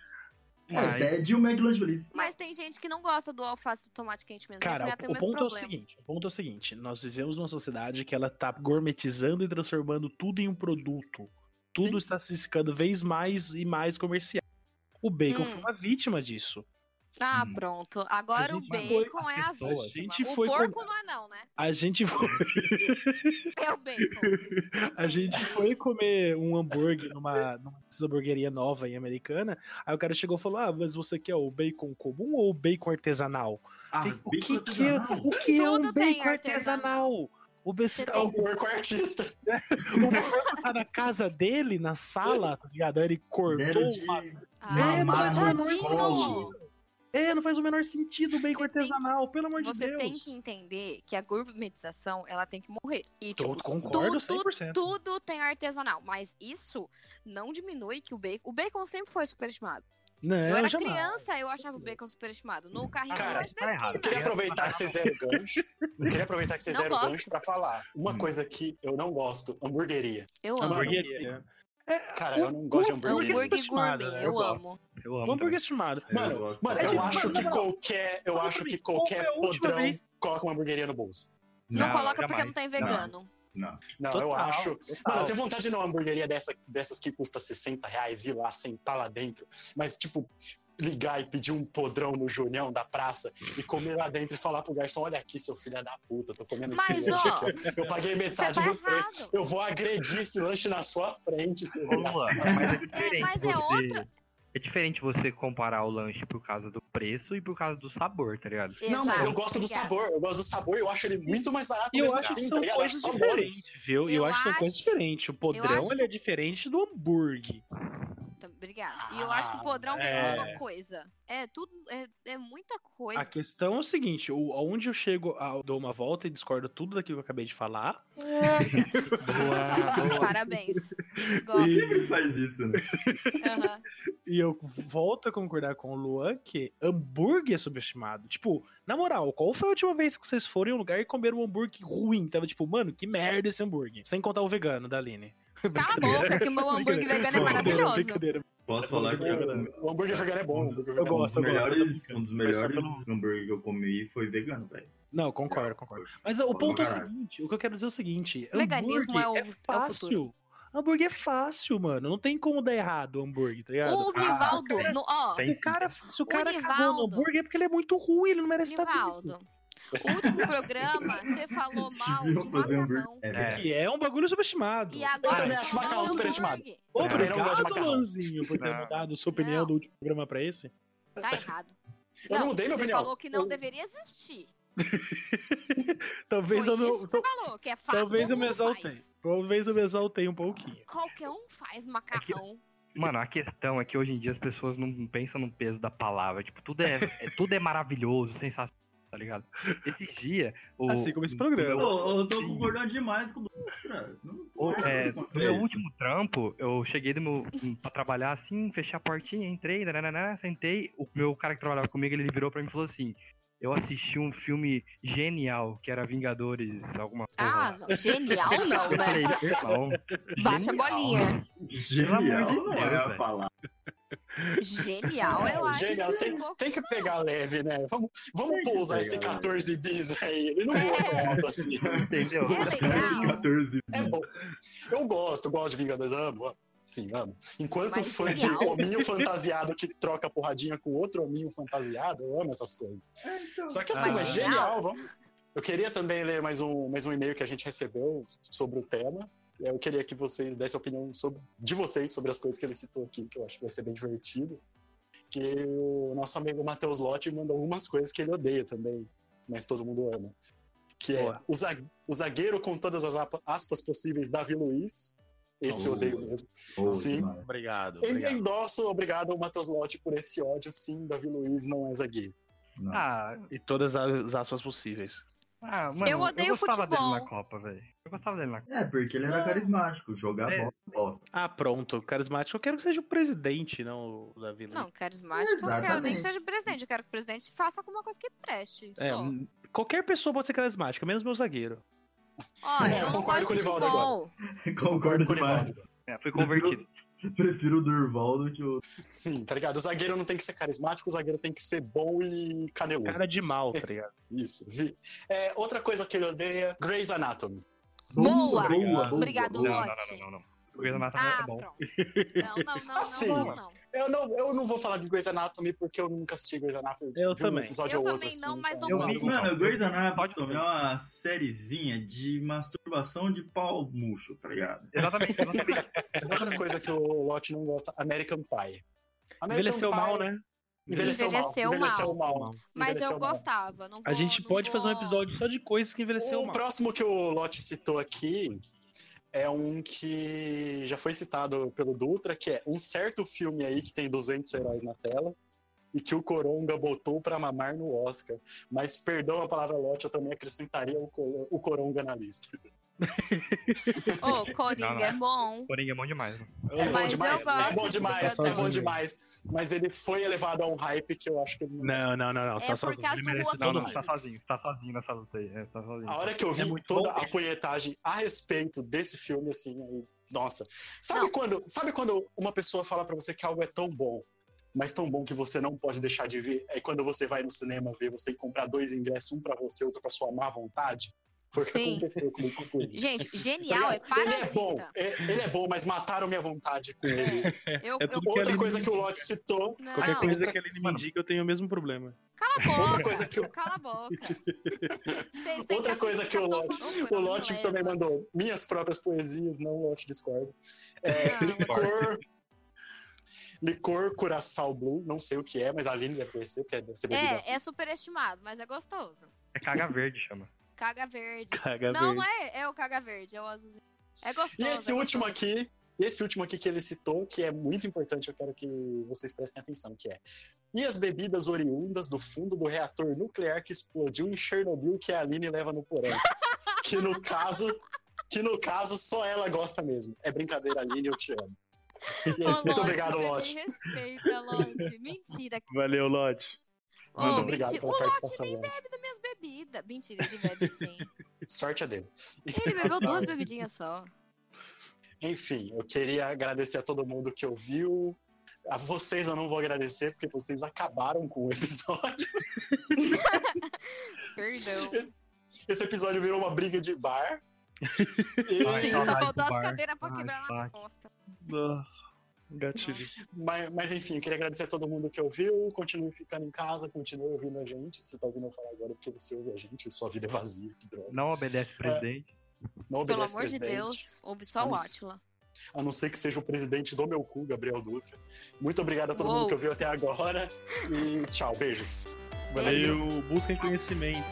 Mas- É, Pede o McLanche Feliz. Mas tem gente que não gosta do alface e do tomate quente mesmo. Minha Cara, cunhada tem o, o mesmo ponto é o problema. seguinte, o ponto é o seguinte, nós vivemos numa sociedade que ela tá gourmetizando e transformando tudo em um produto. Tudo está se ficando vez mais e mais comercial. O bacon Hum. foi uma vítima disso. Ah, Hum. pronto. Agora Uhum. A o gente foi- bacon é a as pessoas, a vítima. gente O foi porco com- não é não, né? A gente foi, É o bacon. a gente foi comer um hambúrguer numa, numa dessas hamburgueria nova e americana. Aí o cara chegou e falou: Ah, mas você quer o bacon comum ou o bacon artesanal? Ah, Falei, o que, que é, artesanal? o que é um Tudo tem bacon artesanal? O Você besta- tem O porco é artista. O porco tá na casa dele, na sala, tá ligado? Aí ele cortou Deram de- uma. Ah, Mamar no pesadíssimo. colo. É, não faz o menor sentido o bacon Você tem artesanal, pelo amor de Você Deus. tem que entender que a gourmetização, ela tem que morrer. E, Eu tipo, concordo tudo, 100%. tudo tem artesanal. Mas isso não diminui que o bacon... O bacon sempre foi superestimado. Não, eu era É, jamais. criança, eu achava o bacon superestimado. No carrinho de Cara, longe da tá esquina. errado. Eu é queria aproveitar que vocês deram gancho. Eu queria aproveitar que vocês Não deram gosto. gancho pra falar. Uma Hum. coisa que eu não gosto, hamburgueria. Eu amo. Hambúrguer. Hamburgueria. Cara, eu não gosto de hamburgueria. é Hambúrguer, Hambúrguer superestimado, né? gourmet, eu eu, gosto. amo. Eu amo. Um hambúrguer também. estimado. Mano, eu gosto. Mano, É eu tipo, acho mano, que não. qualquer, eu Fala acho pra que mim, qual foi qualquer é a última podrão vez? coloca uma hamburgueria no bolso. Não, Não, coloca porque jamais. não tem Não. vegano. Não. Não, eu Total, acho. total. Mano, eu tenho vontade de ir numa hamburgueria dessa, dessas que custa 60 reais, ir lá, sentar lá dentro. Mas, tipo, ligar e pedir um podrão no Junião da praça e comer lá dentro e falar pro garçom: olha aqui, seu filho da puta, eu tô comendo esse Mas, lanche ó, aqui. Eu paguei metade tá do preço. errado. Eu vou agredir esse lanche na sua frente, seu Vamos lá, desgraçado. mas é diferente. mas é você- outra- É diferente você comparar o lanche por causa do preço e por causa do sabor, tá ligado? Não, mas eu Exato, gosto do obrigada. sabor. Eu gosto do sabor, eu acho ele muito mais barato. E eu mesmo acho que assim, são tá ligado? Eu acho coisas só diferentes, bônus. viu? Eu, Eu acho que são coisas acho- diferentes. O podrão acho- ele é diferente do hambúrguer. Tá, Obrigada. E eu acho que o podrão vem É. muita coisa. É tudo, é, é muita coisa. Ah, A questão é o seguinte: o, onde eu chego, ah, eu dou uma volta e discordo tudo daquilo que eu acabei de falar. Boa, boa. Parabéns. Você Gosto. sempre faz isso, né? Aham. E eu volto a concordar com o Luan que hambúrguer é subestimado. Tipo, na moral, qual foi a última vez que vocês foram em um lugar e comeram um hambúrguer ruim? Tava tipo, mano, que merda esse hambúrguer. Sem contar o vegano da Aline. Cala a boca, que o meu hambúrguer vegano é Brincadeira, maravilhoso. Brincadeira, É Posso falar que Brincadeira. eu- O hambúrguer vegano é bom. o hambúrguer Eu vegano é bom. gosto, um eu dos gosto. melhores, um dos melhores Mas hambúrguer que eu comi foi vegano, velho. Não, concordo, concordo. Mas o ponto é o Caralho. seguinte, o que eu quero dizer é o seguinte. Veganismo é o- hambúrguer é o fácil. Hambúrguer é fácil, mano. Não tem como dar errado o hambúrguer, tá ligado? né? O Rivaldo, cara. no- ó, Tem O sim. cara, se o cara cagou no Nivaldo. hambúrguer é porque ele é muito ruim, ele não merece estar vivo. Nivaldo, o último programa você falou mal de macarrão. É, É. verdade. Que é um bagulho subestimado. E agora também você acho falou macarrão mal de superestimado. hambúrguer. Também não gosto de Obrigado, macarrão. Lanzinho, por ter Não. mudado sua opinião Não. do último programa pra esse. Tá errado. Eu não mudei minha você opinião. falou que não Eu- deveria existir. Talvez Foi eu me, isso que você falou, que é fácil, talvez eu todo me mundo exaltei. faz. Talvez eu me exaltei um pouquinho. Qualquer um É faz macarrão. Mano, a questão é que hoje em dia as pessoas não pensam no peso da palavra. Tipo, tudo é, é- tudo é maravilhoso, sensacional, tá ligado? Esses dias. É O, Assim como esse programa. no Pô, meu- eu tô Sim. concordando demais com o Dutra. Não o- pode é, no acontecer meu tipo, isso. último trampo, eu cheguei do meu, pra trabalhar assim, fechei a portinha, entrei, nananã, sentei. O meu cara que trabalhava comigo, ele virou pra mim e falou assim: Eu assisti um filme genial, que era Vingadores, alguma coisa. Ah, lá." não, genial não, Eu né? falei, irmão. Baixa a genial." bolinha. Pelo Genial amor de não Deus, é a velho. palavra. Genial, eu acho. Genial, você que é tem, um pouco tem que pegar leve, né? Vamos, vamos Tem que pousar esse pegar leve. 14 bis aí. Ele não voa alto assim. Entendeu? É legal. 14 É bom. Eu gosto, gosto de Vingadores, amo, amo. Sim, amo. Enquanto Mas fã de genial. hominho fantasiado que troca porradinha com outro hominho fantasiado, eu amo essas coisas. Só que assim, Ah. mas genial, vamos. Eu queria também ler mais um, mais um e-mail que a gente recebeu sobre o tema. Eu queria que vocês dessem a opinião sobre- de vocês sobre as coisas que ele citou aqui, que eu acho que vai ser bem divertido. Que o nosso amigo Matheus Lotti mandou algumas coisas que ele odeia também, mas todo mundo ama. Que é Boa. o, za- o zagueiro com todas as apa- aspas possíveis, Davi Luiz. Esse eu Boa. odeio mesmo. Sim. Obrigado, Em obrigado. endosso, obrigado ao Matheus Lotti por esse ódio. Sim, Davi Luiz não é zagueiro. Ah, E todas as aspas possíveis. Ah, mano, Eu eu, odeio gostava dele futebol. na Copa, velho. Eu gostava dele na Copa. É, porque ele era carismático. Jogar É. bola, bosta. Ah, pronto. Carismático. Eu quero que seja o presidente, não o Davi. Luiz. Não, carismático, eu não quero nem Exatamente. que seja o presidente. Eu quero que o presidente faça alguma coisa que preste. É, só. m- qualquer pessoa pode ser carismática, menos meu zagueiro. Olha, eu eu não concordo gosto com o de Nivaldo futebol. Concordo com o demais. Nivaldo. É, fui convertido. Prefiro o Durval do que o. Sim, tá ligado? O zagueiro não tem que ser carismático, o zagueiro tem que ser bom e caneludo. Cara de mal, tá ligado? Isso, vi. É, outra coisa que ele odeia, Grey's Anatomy. Boa! Boa! boa, Obrigado, Não, não, boa. não, não, não, não. O Grêmio Natal Ah, é bom. pronto. Não, não, não, Assim, não, não, não. Eu não, eu não vou falar de Grey's Anatomy porque eu nunca assisti Grey's Anatomy. Eu Vi um também. episódio Eu ou outro, também não, assim, mas então, não gosto. vi. Mano, o Grey's Pode ser. Anatomy é uma sériezinha de masturbação de pau murcho, tá ligado? Exatamente, exatamente. Outra coisa que o Lott não gosta, American Pie. American Envelheceu Pie- mal, né? Envelheceu, Envelheceu mal. Envelheceu mal. mal. Mas eu Envelheceu mal. gostava. Não vou, A gente não pode vou... fazer um episódio só de coisas que envelheceu O mal. próximo que o Lott citou aqui é um que já foi citado pelo Dutra, que é um certo filme aí que tem 200 heróis na tela e que o Coronga botou pra mamar no Oscar. Mas, perdão a palavra Lott, eu também acrescentaria o, Cor- o Coronga na lista. Ô, Coringa Não, não. é bom. Porém, é bom demais. Mano. É bom Mas eu demais, é gosto bom de demais, ficar é bom sozinho. demais. Mas ele foi elevado a um hype que eu acho que ele Não, não, não, não. É só por sozinho. causa Ele do merece Joaquin dar Não, não, uma- você tá sozinho, você tá sozinho nessa luta aí. É, você tá sozinho. A hora que eu vi É muito toda bom. a punhetagem a respeito desse filme, assim, aí, nossa. Sabe Não. quando, sabe quando uma pessoa fala pra você que algo é tão bom, mas tão bom que você não pode deixar de ver? É quando você vai no cinema ver, você tem que comprar dois ingressos, um pra você, outro pra sua má vontade? Foi o que Sim. aconteceu comigo com o Coringa. Gente, genial, é Ele é bom, parasita. é- ele é bom, mas mataram minha vontade. É, eu, É eu- tudo que Outra ali- coisa que o Lotte citou, Não, Qualquer coisa outra- que ele me indica, eu tenho o mesmo problema. cala a boca. outra coisa que o- Cala a boca. Vocês têm Outra que coisa que assistir o Capitão Lote, Fantástico, o não é Lote leva. também mandou minhas próprias poesias, não o Lote Discord. É, Ah, licor, licor Curaçao Blue, não sei o que é, mas a Aline deve conhecer, porque deve ser bebida. É, é superestimado, mas é gostoso. É caga verde, chama. Caga verde. Caga não, não é, é o caga verde, é o azulzinho. É gostoso. E esse é último gostoso. aqui, esse último aqui que ele citou, que é muito importante, eu quero que vocês prestem atenção, que é e as bebidas oriundas do fundo do reator nuclear que explodiu em Chernobyl que a Aline leva no porão. que no caso, que no caso só ela gosta mesmo. É brincadeira, Aline, eu te amo. E é isso, Ô, muito Lote, obrigado, você me Lote. Respeita, Lote. Mentira. Valeu, Lodge. Ô, Muito obrigado mentira. pela O Lote participação, nem Lote. bebe das minhas bebidas. Mentira, ele bebe sim. Sorte a dele. Ele bebeu duas bebidinhas só. Enfim, eu queria agradecer a todo mundo que ouviu. A vocês eu não vou agradecer, porque vocês acabaram com o episódio. Perdão. Esse episódio virou uma briga de bar. E- Ai, Sim, ai, só ai, faltou as bar. cadeiras pra Ai, quebrar bar. nas costas. Nossa. Gatilho. mas, mas enfim, eu queria agradecer a todo mundo que ouviu. Continue ficando em casa, continue ouvindo a gente. Se tá ouvindo eu falar agora, é porque você ouve a gente, sua vida é vazia, que droga. Não obedece o presidente. Não Pelo obedece amor de presidente, Deus, ouve só o Vamos- Átila. A não ser que seja o presidente do meu cu, Gabriel Dutra. Muito obrigado a todo mundo Uou. que ouviu até agora. E tchau, beijos. Valeu. Busquem conhecimento.